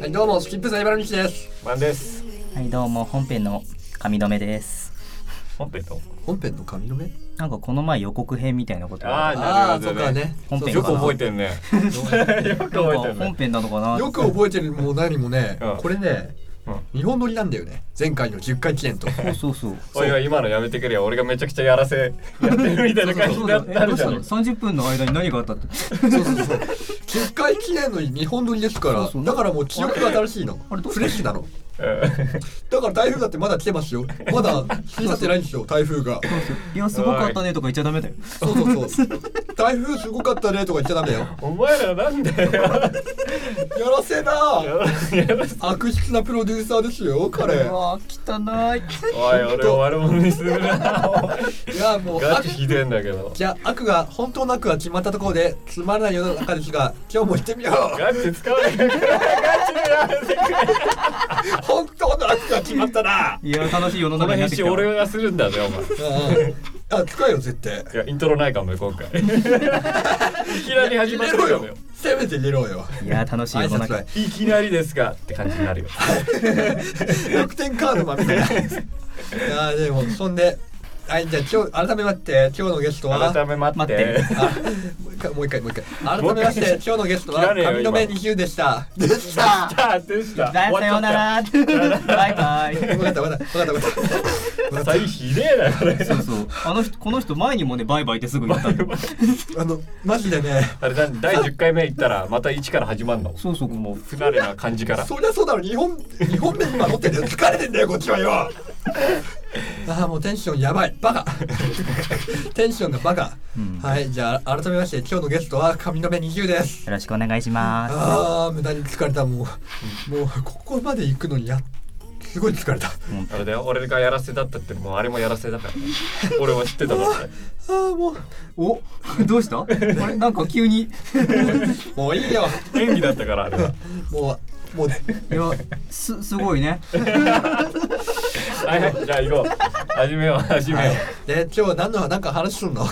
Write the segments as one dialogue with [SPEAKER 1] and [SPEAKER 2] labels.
[SPEAKER 1] はい、どうも、スキップサイバラミキです。
[SPEAKER 2] マンです。
[SPEAKER 3] はいどうも本編の髪留めです
[SPEAKER 2] 本編と。
[SPEAKER 1] 本編の髪の目
[SPEAKER 3] なんかこの前予告編みたいなこと
[SPEAKER 2] あ
[SPEAKER 3] が
[SPEAKER 2] ー
[SPEAKER 1] ああ、
[SPEAKER 2] な
[SPEAKER 1] そう
[SPEAKER 2] るほど
[SPEAKER 1] か
[SPEAKER 2] ね
[SPEAKER 1] ね。
[SPEAKER 3] 本編
[SPEAKER 2] よく
[SPEAKER 3] かな
[SPEAKER 2] 覚えてんね。よく覚えて
[SPEAKER 3] な
[SPEAKER 2] ん
[SPEAKER 3] んか
[SPEAKER 2] ね
[SPEAKER 3] 本。編なのかな
[SPEAKER 1] よく覚えてるも何もね
[SPEAKER 2] うん、
[SPEAKER 1] これね
[SPEAKER 2] うん、
[SPEAKER 1] 日本撮りなんだよね。前回の10回記念と。
[SPEAKER 3] そうそうそう
[SPEAKER 2] おいおい今のやめてくれよ。俺がめちゃくちゃやらせやってるみたいな感じにななるじゃん。
[SPEAKER 3] 三十分の間に何があったって
[SPEAKER 1] そうそうそう。10回記念の日本撮りですか
[SPEAKER 3] そうそ
[SPEAKER 1] ら、
[SPEAKER 3] う
[SPEAKER 1] だからもう記憶が新しいの
[SPEAKER 3] あれど。う
[SPEAKER 1] フレッシュなの。
[SPEAKER 2] うん
[SPEAKER 1] だから台風だってまだ来てますよ。まだ過ぎ去ってないんですよ、台風が。
[SPEAKER 3] いやすごかったねとか言っちゃダメだよ
[SPEAKER 1] そうそうそう。台風すごかったねとか言っちゃダメよ。
[SPEAKER 2] お前らなんだよ。
[SPEAKER 1] やらせな
[SPEAKER 2] やらせ
[SPEAKER 1] 悪質なプロデューサーですよ、彼。
[SPEAKER 3] うわ汚い
[SPEAKER 2] おい俺を悪者にするな。お
[SPEAKER 1] い
[SPEAKER 2] い
[SPEAKER 1] や、もう、
[SPEAKER 2] ガチひでえんだけど。
[SPEAKER 1] じゃあ悪が本当の悪が決まったところでつまらない世の中ですが今日も行ってみよう
[SPEAKER 2] ガチ使わないでくれ。ガチでやめてくれ。
[SPEAKER 1] 本当の悪が決まったない
[SPEAKER 3] や楽しい世の
[SPEAKER 2] この
[SPEAKER 3] 中にな
[SPEAKER 2] 編
[SPEAKER 3] ってき
[SPEAKER 2] 集
[SPEAKER 3] た
[SPEAKER 2] 俺がするんだぜお前。
[SPEAKER 1] うんあ使えよ絶対
[SPEAKER 2] いやイントロないかもよ今 回。いきなり始まって
[SPEAKER 1] 入れ
[SPEAKER 2] るか
[SPEAKER 1] ろよ
[SPEAKER 2] もよ。
[SPEAKER 1] せめて入れろよ
[SPEAKER 3] いや楽しい
[SPEAKER 1] 挨
[SPEAKER 3] 世の
[SPEAKER 1] 拶
[SPEAKER 3] 中
[SPEAKER 1] はい
[SPEAKER 2] きなりですかって感じになるよ。
[SPEAKER 1] 楽天カードマンみたいないやーでもそんではいじゃあ今日改めまして今日のゲストは
[SPEAKER 2] 改め待っ
[SPEAKER 3] 待ってて。
[SPEAKER 1] あもう一回もう一回もう一回改めまして今日のゲストは
[SPEAKER 2] 切らねえよ
[SPEAKER 1] 髪の目
[SPEAKER 2] 今
[SPEAKER 1] 20でしたでした
[SPEAKER 2] あ、でした。
[SPEAKER 3] さよならバイバ
[SPEAKER 1] 分
[SPEAKER 3] イ
[SPEAKER 1] かった分かった分かった分かった分かっ
[SPEAKER 2] 最ひでえな、これ。
[SPEAKER 3] そうそうあの人この人前にもねバイバイってすぐ言ったんだよ
[SPEAKER 1] たあのマジでね
[SPEAKER 2] あれ、なん第10回目行ったら、また1から始まるの。
[SPEAKER 3] そうそうもう
[SPEAKER 2] 不慣れな感じから。
[SPEAKER 1] そりゃそうだろ日本日本目今乗ってるよ疲れてんだよこっちはよああもうテンションやばいバ カテンションがバカ、
[SPEAKER 3] うん
[SPEAKER 1] はいじゃあ改めまして今日のゲストは上の目20です
[SPEAKER 3] よろしくお願いします
[SPEAKER 1] ああ無駄に疲れたもうもうここまで行くのにやすごい疲れたあ
[SPEAKER 2] あれだよ、俺がやらせだったって、もうあれもやらせだから。俺は知ってたのって。
[SPEAKER 1] あもう
[SPEAKER 3] おどうしたあれなんか急に
[SPEAKER 1] もういいよ
[SPEAKER 2] 演技だったから、あれは。
[SPEAKER 1] もうもう
[SPEAKER 3] いやすすごいね
[SPEAKER 2] はいはい、じゃあ行こう。始めよう、始めよ
[SPEAKER 1] で今日は何の何か話すんの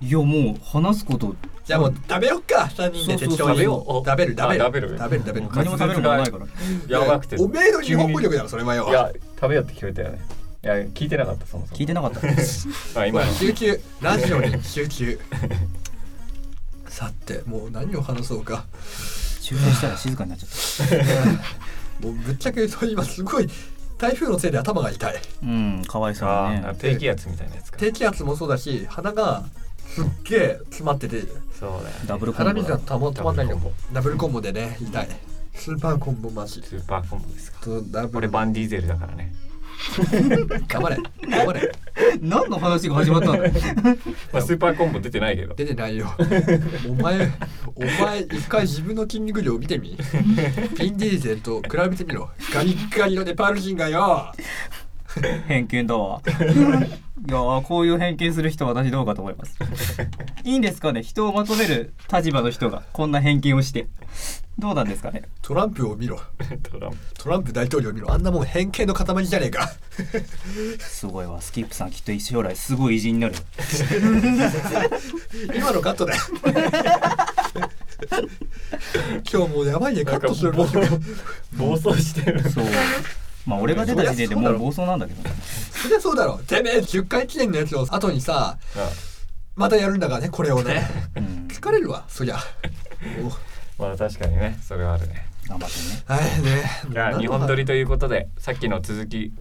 [SPEAKER 3] いやもう話すこと
[SPEAKER 1] じゃあもう食べよっか3人で
[SPEAKER 3] そうそう
[SPEAKER 1] 適当に
[SPEAKER 3] 食べ
[SPEAKER 2] ようお
[SPEAKER 1] 食べる食べる
[SPEAKER 2] あ食べる
[SPEAKER 1] 食べる食べる
[SPEAKER 3] 何も食べるものないから
[SPEAKER 2] う。やばくて。
[SPEAKER 1] おめえの日本語力
[SPEAKER 2] 急
[SPEAKER 1] だろそれはよ
[SPEAKER 2] にいや、食べようって決めたよね。いや、聞いてなかった、そもそも。
[SPEAKER 3] 聞いてなか った
[SPEAKER 2] あ、今の。
[SPEAKER 1] 集中ラジオに集中さてもう何を話そう か
[SPEAKER 3] 中断したら静かになっちゃっ
[SPEAKER 1] もうぶっちゃけ言うと今すごい台風のせいで頭が痛い
[SPEAKER 3] たうんかわいそうだ
[SPEAKER 2] あー
[SPEAKER 3] ね
[SPEAKER 2] 低気圧みたいなやつか。
[SPEAKER 1] 低気圧もそうだし鼻がすっげえ詰まってて
[SPEAKER 2] そうだよ。
[SPEAKER 3] ダブルコ
[SPEAKER 1] 鼻
[SPEAKER 3] ンボ
[SPEAKER 1] 水が
[SPEAKER 3] だ
[SPEAKER 1] たま止まんないの
[SPEAKER 2] ダブルコン
[SPEAKER 1] ダブルコンボでね痛いスーパーコンボマジ
[SPEAKER 2] スーパーコンボですか。
[SPEAKER 1] とダブ
[SPEAKER 2] 俺、
[SPEAKER 1] ル
[SPEAKER 2] バンディーゼルだからね。
[SPEAKER 1] 頑張れ頑張れ
[SPEAKER 3] 何の話が始まったんだ
[SPEAKER 2] まあ、スーパーコンボ出てないけど。
[SPEAKER 1] 出てないよお前お前一回自分の筋肉量見 てみピンディーゼルと比べてみろガリッガリのネパール人がよ
[SPEAKER 3] 偏見だ わいやーこういう偏見する人は私どうかと思いますいいんですかね人をまとめる立場の人がこんな偏見をしてどうなんですかね
[SPEAKER 1] トランプを見ろ
[SPEAKER 2] トランプ
[SPEAKER 1] トランプ大統領見ろあんなもん偏見の塊じゃねえか
[SPEAKER 3] すごいわスキップさんきっと一将来すごい偉人になるよ
[SPEAKER 1] 今のカット だよ今日もうやばいねカットする もん
[SPEAKER 2] なんか暴走してる。
[SPEAKER 3] そうまあ俺が出た時点でもう暴走なんだけどね
[SPEAKER 1] そりゃそうだろてめえ10回記念のやつを後にさ
[SPEAKER 2] あ
[SPEAKER 1] またやるんだからねこれをね
[SPEAKER 3] うん
[SPEAKER 1] 疲れるわそり ゃお
[SPEAKER 2] まあ確かにね、それはあるね。
[SPEAKER 3] 頑張って
[SPEAKER 1] は
[SPEAKER 3] ね
[SPEAKER 1] いね
[SPEAKER 2] じゃあ日本撮りということで、さっきの続き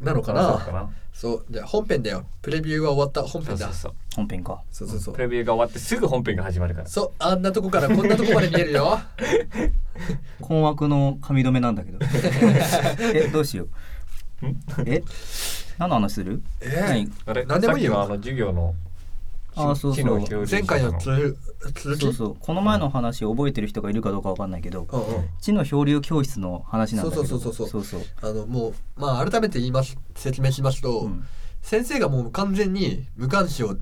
[SPEAKER 1] なのか
[SPEAKER 2] 話そうか
[SPEAKER 1] な
[SPEAKER 2] な。
[SPEAKER 1] そうじゃあ本編だよプレビューは終わった本
[SPEAKER 2] そう
[SPEAKER 1] 編
[SPEAKER 2] そ
[SPEAKER 1] だ
[SPEAKER 2] うそう。
[SPEAKER 3] 本編か
[SPEAKER 1] そうそうそう
[SPEAKER 2] プレビューが終わってすぐ本編が始まるから。
[SPEAKER 1] そうあんなとこからこんなとこまで見える よ
[SPEAKER 3] 困惑の髪留めなん だけどえどうしようんえ何の話する
[SPEAKER 1] え
[SPEAKER 3] 何
[SPEAKER 2] あれ
[SPEAKER 1] 何でもいいよ
[SPEAKER 2] さっきのあの授業の
[SPEAKER 3] あーそうそう
[SPEAKER 1] 前回のつ続き
[SPEAKER 3] そうそうこの前の話覚えてる人がいるかどうかわかんないけど
[SPEAKER 1] うんうん
[SPEAKER 3] 地の漂流教室の話なんだけど
[SPEAKER 1] そうそうそう
[SPEAKER 3] そ
[SPEAKER 1] そう
[SPEAKER 3] そう
[SPEAKER 1] あのもうまあ改めて言います説明しますと、
[SPEAKER 3] うん
[SPEAKER 1] 先生がもう完全に無関心を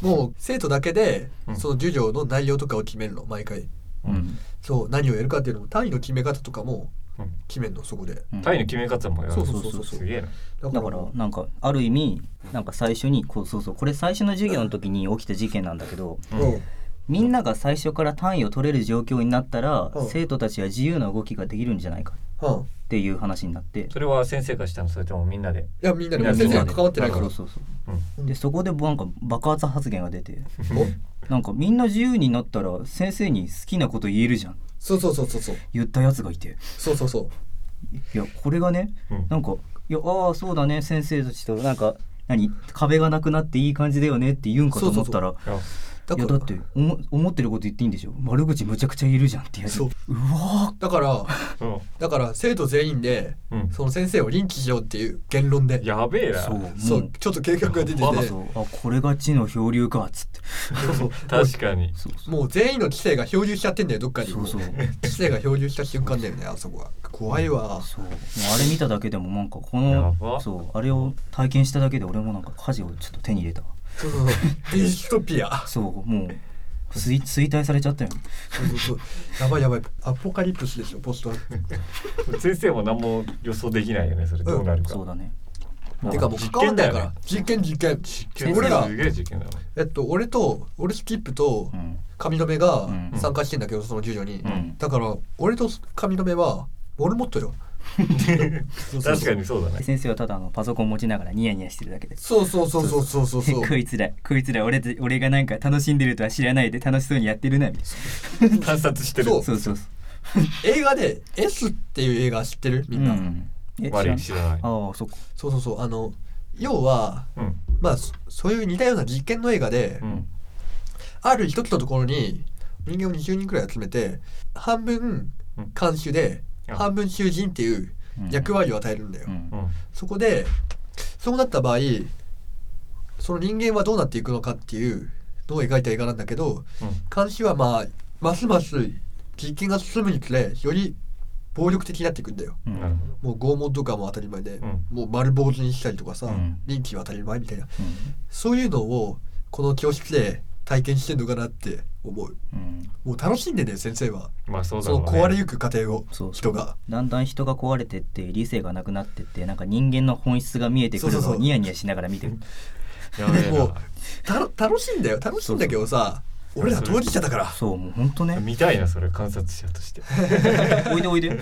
[SPEAKER 1] もう生徒だけで
[SPEAKER 2] うん
[SPEAKER 1] その授業の内容とかを決めるの毎回
[SPEAKER 3] うん
[SPEAKER 1] そう何をやるかっていうのも単位の決め方とかも
[SPEAKER 2] うん
[SPEAKER 1] 決めるのそこで
[SPEAKER 3] うん
[SPEAKER 2] タイの決め方もやる
[SPEAKER 1] そうそうそうそう
[SPEAKER 2] すげえな。
[SPEAKER 1] だ
[SPEAKER 3] だからなんかある意味なんか最初にこうそうそうこれ最初の授業の時に起きた事件なんだけど
[SPEAKER 1] うん
[SPEAKER 3] みんなが最初から単位を取れる状況になったら、
[SPEAKER 1] うん
[SPEAKER 3] 生徒たちは自由な動きができるんじゃないか
[SPEAKER 1] うんい
[SPEAKER 3] っていう話になって
[SPEAKER 2] それは先生がしたのそれともみんなで
[SPEAKER 1] やみんなで
[SPEAKER 2] いや
[SPEAKER 1] 先生が
[SPEAKER 2] みんなで
[SPEAKER 1] 関わってないから
[SPEAKER 3] そうそうそう
[SPEAKER 2] う
[SPEAKER 3] でそこでなんか爆発発言が出て
[SPEAKER 1] お
[SPEAKER 3] なんかみんな自由になったら先生に好きなこと言えるじゃん
[SPEAKER 1] そうそうそうそうそう
[SPEAKER 3] 言ったやつがいて
[SPEAKER 1] そうそうそう
[SPEAKER 3] いやこれがね
[SPEAKER 2] うん
[SPEAKER 3] なんか「いやああそうだね先生たちとなんか何壁がなくなっていい感じだよね」って言うんかと思ったら「
[SPEAKER 2] あ
[SPEAKER 1] だ
[SPEAKER 3] い
[SPEAKER 1] か
[SPEAKER 3] や
[SPEAKER 1] ら
[SPEAKER 3] だっておも思ってること言っていいんでしょ悪口むちゃくちゃいるじゃん」ってやつ
[SPEAKER 1] そう
[SPEAKER 3] うわ
[SPEAKER 1] だから
[SPEAKER 2] うん
[SPEAKER 1] だから生徒全員で
[SPEAKER 2] うん
[SPEAKER 1] その先生を臨機しようっていう言論で
[SPEAKER 2] やべえ
[SPEAKER 3] ー
[SPEAKER 2] な
[SPEAKER 3] そうもう
[SPEAKER 1] そうちょっと計画が出てて
[SPEAKER 2] あ
[SPEAKER 3] あそうあこれが地の漂流かっつって
[SPEAKER 1] そう
[SPEAKER 2] 確かに
[SPEAKER 3] そうそう
[SPEAKER 1] もう全員の知性が漂流しちゃってんだよどっかに
[SPEAKER 3] そうそう
[SPEAKER 1] も知性が漂流した瞬間だよねあそこは怖いわ
[SPEAKER 3] そうもうあれ見ただけでもなんかこ
[SPEAKER 2] や
[SPEAKER 3] の
[SPEAKER 2] ば
[SPEAKER 3] そうあれを体験しただけで俺もなんか家事をちょっと手に入れた
[SPEAKER 1] そうそうそうディストピア
[SPEAKER 3] そうもう衰衰退されちゃったよ
[SPEAKER 1] そうそうそうやばいやばいアポカリプスですよポスト
[SPEAKER 2] 先生も何も予想できないよねそれどうなるか、
[SPEAKER 3] そうだね
[SPEAKER 1] てかもう関わんないから実験実験
[SPEAKER 2] 実験
[SPEAKER 1] 俺ら
[SPEAKER 2] すげえ実験だな
[SPEAKER 1] えっと俺と俺スキップと
[SPEAKER 3] うん
[SPEAKER 1] 髪の目が
[SPEAKER 3] うん
[SPEAKER 1] 参加してんだけどその授業に、
[SPEAKER 3] ん
[SPEAKER 1] だから俺と髪の目はモルモットよそうそうそう
[SPEAKER 2] 確かにそうだね
[SPEAKER 3] 先生はただあのパソコン持ちながらニヤニヤしてるだけです
[SPEAKER 1] そうそうそうそうそうそう そう
[SPEAKER 3] こいつらこいつら俺た俺がなんか楽しんでるとは知らないで楽しそうにやってるなみたい
[SPEAKER 2] 観察してる
[SPEAKER 1] そ
[SPEAKER 3] なそうそうそう
[SPEAKER 1] 映画で「S」っていう映画知ってるみんな、
[SPEAKER 3] うん、え
[SPEAKER 2] 悪い
[SPEAKER 3] 知
[SPEAKER 2] 知
[SPEAKER 3] らん
[SPEAKER 2] らない
[SPEAKER 3] ああそっか
[SPEAKER 1] そうそうそうあの要は
[SPEAKER 2] うん
[SPEAKER 1] まあそそういう似たような実験の映画で、
[SPEAKER 2] うん
[SPEAKER 1] ある一つのところに人間を20人くらい集めて半分
[SPEAKER 2] うん
[SPEAKER 1] 看守で、
[SPEAKER 2] あ
[SPEAKER 1] 半分囚人っていう役割を与えるんだよ、
[SPEAKER 3] うん
[SPEAKER 2] うん
[SPEAKER 1] そこでそうなった場合その人間はどうなっていくのかっていうのを描いた映画なんだけど監視はまあますます実験が進むにつれより暴力的になっていくんだよ
[SPEAKER 3] う
[SPEAKER 2] うん
[SPEAKER 3] ん
[SPEAKER 2] なるほど
[SPEAKER 1] もう拷問とかも当たり前で、
[SPEAKER 2] うん
[SPEAKER 1] もう丸坊主にしたりとかさ、
[SPEAKER 3] うん
[SPEAKER 1] 臨機は当たり前みたいな
[SPEAKER 3] う
[SPEAKER 1] そういうのをこの教室で体験してんのかなって思うん
[SPEAKER 3] うん
[SPEAKER 1] もう楽しんでね先生は
[SPEAKER 2] まあそうだ
[SPEAKER 1] そ
[SPEAKER 2] ろう
[SPEAKER 1] の
[SPEAKER 2] ね
[SPEAKER 1] 壊れゆく過程を
[SPEAKER 3] そう
[SPEAKER 1] 人が
[SPEAKER 3] だんだん人が壊れてって理性がなくなってってなんか人間の本質が見えてくる
[SPEAKER 1] そう
[SPEAKER 3] の
[SPEAKER 1] そう
[SPEAKER 3] を
[SPEAKER 1] そう
[SPEAKER 3] ニヤニヤしながら見てる
[SPEAKER 2] やべえ
[SPEAKER 1] もうた楽しいんだよ楽しいんだけどさ
[SPEAKER 2] そう
[SPEAKER 1] 俺ら当事者だから
[SPEAKER 3] そうもうほんと
[SPEAKER 2] な
[SPEAKER 3] ね
[SPEAKER 2] 見たいなそれ観察者として
[SPEAKER 3] おいでおいで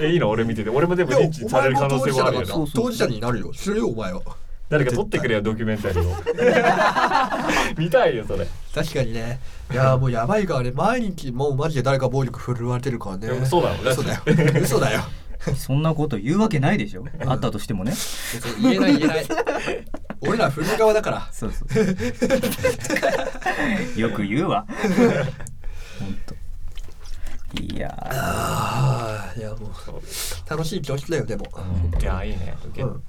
[SPEAKER 2] えいいの俺見てて俺もでも
[SPEAKER 1] でも
[SPEAKER 2] 認知される可能性もある
[SPEAKER 1] お前も当事者だから
[SPEAKER 2] よな
[SPEAKER 3] そうそう
[SPEAKER 1] 当事者になるよするよお前は
[SPEAKER 2] 誰か撮ってくれよドキュメンタリー を見たいよそれ
[SPEAKER 1] 確かにねいやーもうやばいからね毎日もうマジで誰か暴力振るわれてるからね
[SPEAKER 2] でもそうだろうね
[SPEAKER 1] 嘘だ よ嘘だよ
[SPEAKER 3] そんなこと言うわけないでしょあったとしてもね
[SPEAKER 1] そう言えない言えない俺ら振る側だから
[SPEAKER 3] そうそう よく言うわほんといやー
[SPEAKER 1] ああいやもう楽しい教室だよでも、
[SPEAKER 2] いやいいね受け,、
[SPEAKER 1] うん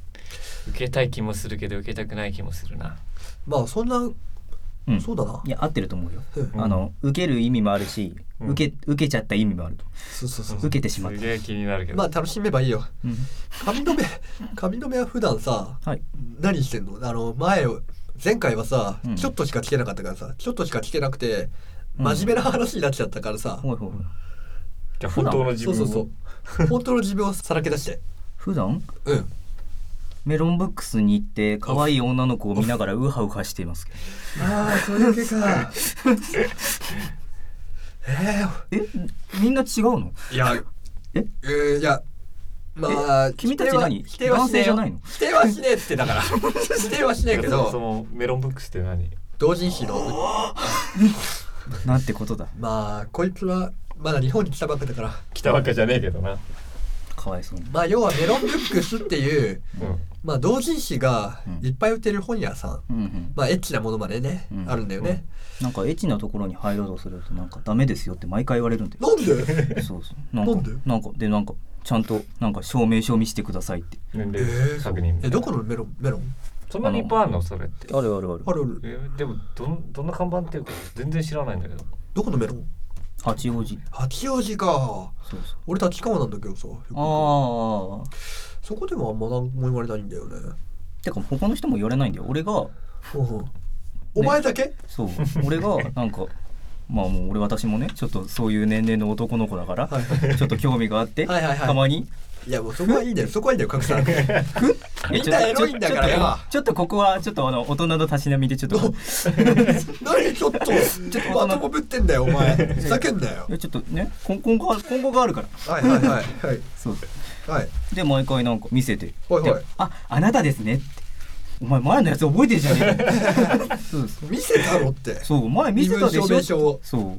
[SPEAKER 2] 受けたい気もするけど受けたくない気もするな
[SPEAKER 1] まあそんな、
[SPEAKER 3] うん
[SPEAKER 1] そうだない
[SPEAKER 3] や合ってると思うよ
[SPEAKER 1] うん
[SPEAKER 3] あの受ける意味もあるし、
[SPEAKER 2] うん
[SPEAKER 3] 受け受けちゃった意味もあると
[SPEAKER 1] そうそうそう
[SPEAKER 3] 受けてしまっ
[SPEAKER 2] す
[SPEAKER 3] た、
[SPEAKER 2] げえ気になるけど、
[SPEAKER 1] まあ楽しめばいいよ
[SPEAKER 3] うん
[SPEAKER 1] 髪の目髪の目は普段さ
[SPEAKER 3] はい
[SPEAKER 1] 何してんのあの前を前回はさ、
[SPEAKER 3] うん
[SPEAKER 1] ちょっとしか聞けなかったからさちょっとしか聞けなくて
[SPEAKER 3] うん
[SPEAKER 1] 真面目な話になっちゃったからさ、
[SPEAKER 3] ほいほいほい
[SPEAKER 2] じゃあ本当の自
[SPEAKER 1] そう
[SPEAKER 2] 分
[SPEAKER 1] そ
[SPEAKER 2] を
[SPEAKER 1] うそう本当の自分をさらけ出して
[SPEAKER 3] 普段
[SPEAKER 1] うん
[SPEAKER 3] メロンブックスに行って可愛い女の子を見ながらウハウハしていますけど
[SPEAKER 1] ああそういうわけか え
[SPEAKER 3] えみんな違うの
[SPEAKER 1] ー、いや
[SPEAKER 3] え
[SPEAKER 1] えー、いやまあ
[SPEAKER 3] 君たち何
[SPEAKER 1] 否定は
[SPEAKER 3] 男性じゃ
[SPEAKER 1] し
[SPEAKER 3] な
[SPEAKER 1] ねえよ
[SPEAKER 3] いの
[SPEAKER 1] 否定はしねえってだ から否定はしねえけ
[SPEAKER 2] そ
[SPEAKER 1] ど
[SPEAKER 2] のメロンブックスって何
[SPEAKER 1] 同人誌の
[SPEAKER 3] なんてことだ
[SPEAKER 1] まあこいつはまだ日本に来たばっかだから
[SPEAKER 2] 来たわけじゃねえけどな、
[SPEAKER 3] かわいそうに
[SPEAKER 1] まあ要はメロンブックスっていう
[SPEAKER 2] うん、
[SPEAKER 1] まあ同人誌が
[SPEAKER 3] うん
[SPEAKER 1] いっぱい売ってる本屋さん、
[SPEAKER 3] うんうん、
[SPEAKER 1] まあエッチなものまでね、
[SPEAKER 3] うん
[SPEAKER 1] あるんだよね、
[SPEAKER 3] なんかエッチなところに入ろうとするとなんかダメですよって毎回言われるんで
[SPEAKER 1] なん で
[SPEAKER 3] そうそうなんか
[SPEAKER 1] なんで
[SPEAKER 3] なんかでなんかちゃんとなんか証明書を見せてくださいって
[SPEAKER 2] 年
[SPEAKER 1] え
[SPEAKER 2] 齢
[SPEAKER 1] ー
[SPEAKER 2] 確認みたいな
[SPEAKER 1] えどこのメロンメロン
[SPEAKER 2] そんなにいっぱいあるのそれって
[SPEAKER 3] あるあるある
[SPEAKER 1] あるある
[SPEAKER 2] えーでもどんどんな看板っていうか全然知らないんだけど
[SPEAKER 1] どこのメロン
[SPEAKER 3] 八王子
[SPEAKER 1] 八王子か
[SPEAKER 3] そうそう
[SPEAKER 1] 俺立川なんだけどさよく行
[SPEAKER 3] ああ
[SPEAKER 1] くそこでもあんま何も言われないんだよね
[SPEAKER 3] てか他の人も言われないんだよ俺が
[SPEAKER 1] ほうほうお前だけ、
[SPEAKER 3] そう 俺がなんかまあもう俺私もねちょっとそういう年齢の男の子だから、
[SPEAKER 1] はい
[SPEAKER 3] ちょっと興味があって
[SPEAKER 1] はいはいはい
[SPEAKER 3] たまに
[SPEAKER 1] いやもうそこはいいんだよそこはいいんだよ格差みんなエロいんだから
[SPEAKER 3] ちょっと
[SPEAKER 1] よ
[SPEAKER 3] ちょっとここはちょっとあの大人のたしなみでちょっと
[SPEAKER 1] 何ちょっとちょっとまともぶってんだよお前ふざけんなよ
[SPEAKER 3] いやちょっとね今今後今後があるから
[SPEAKER 1] はいはいはいはい
[SPEAKER 3] そう
[SPEAKER 1] はい
[SPEAKER 3] で毎回なんか見せて
[SPEAKER 1] はいはい
[SPEAKER 3] でああなたですね」って「お前前のやつ覚えてるじゃね えか」そうそう
[SPEAKER 1] 見せたろって
[SPEAKER 3] そう前見せたでしょ
[SPEAKER 1] 身分証明書を
[SPEAKER 3] そ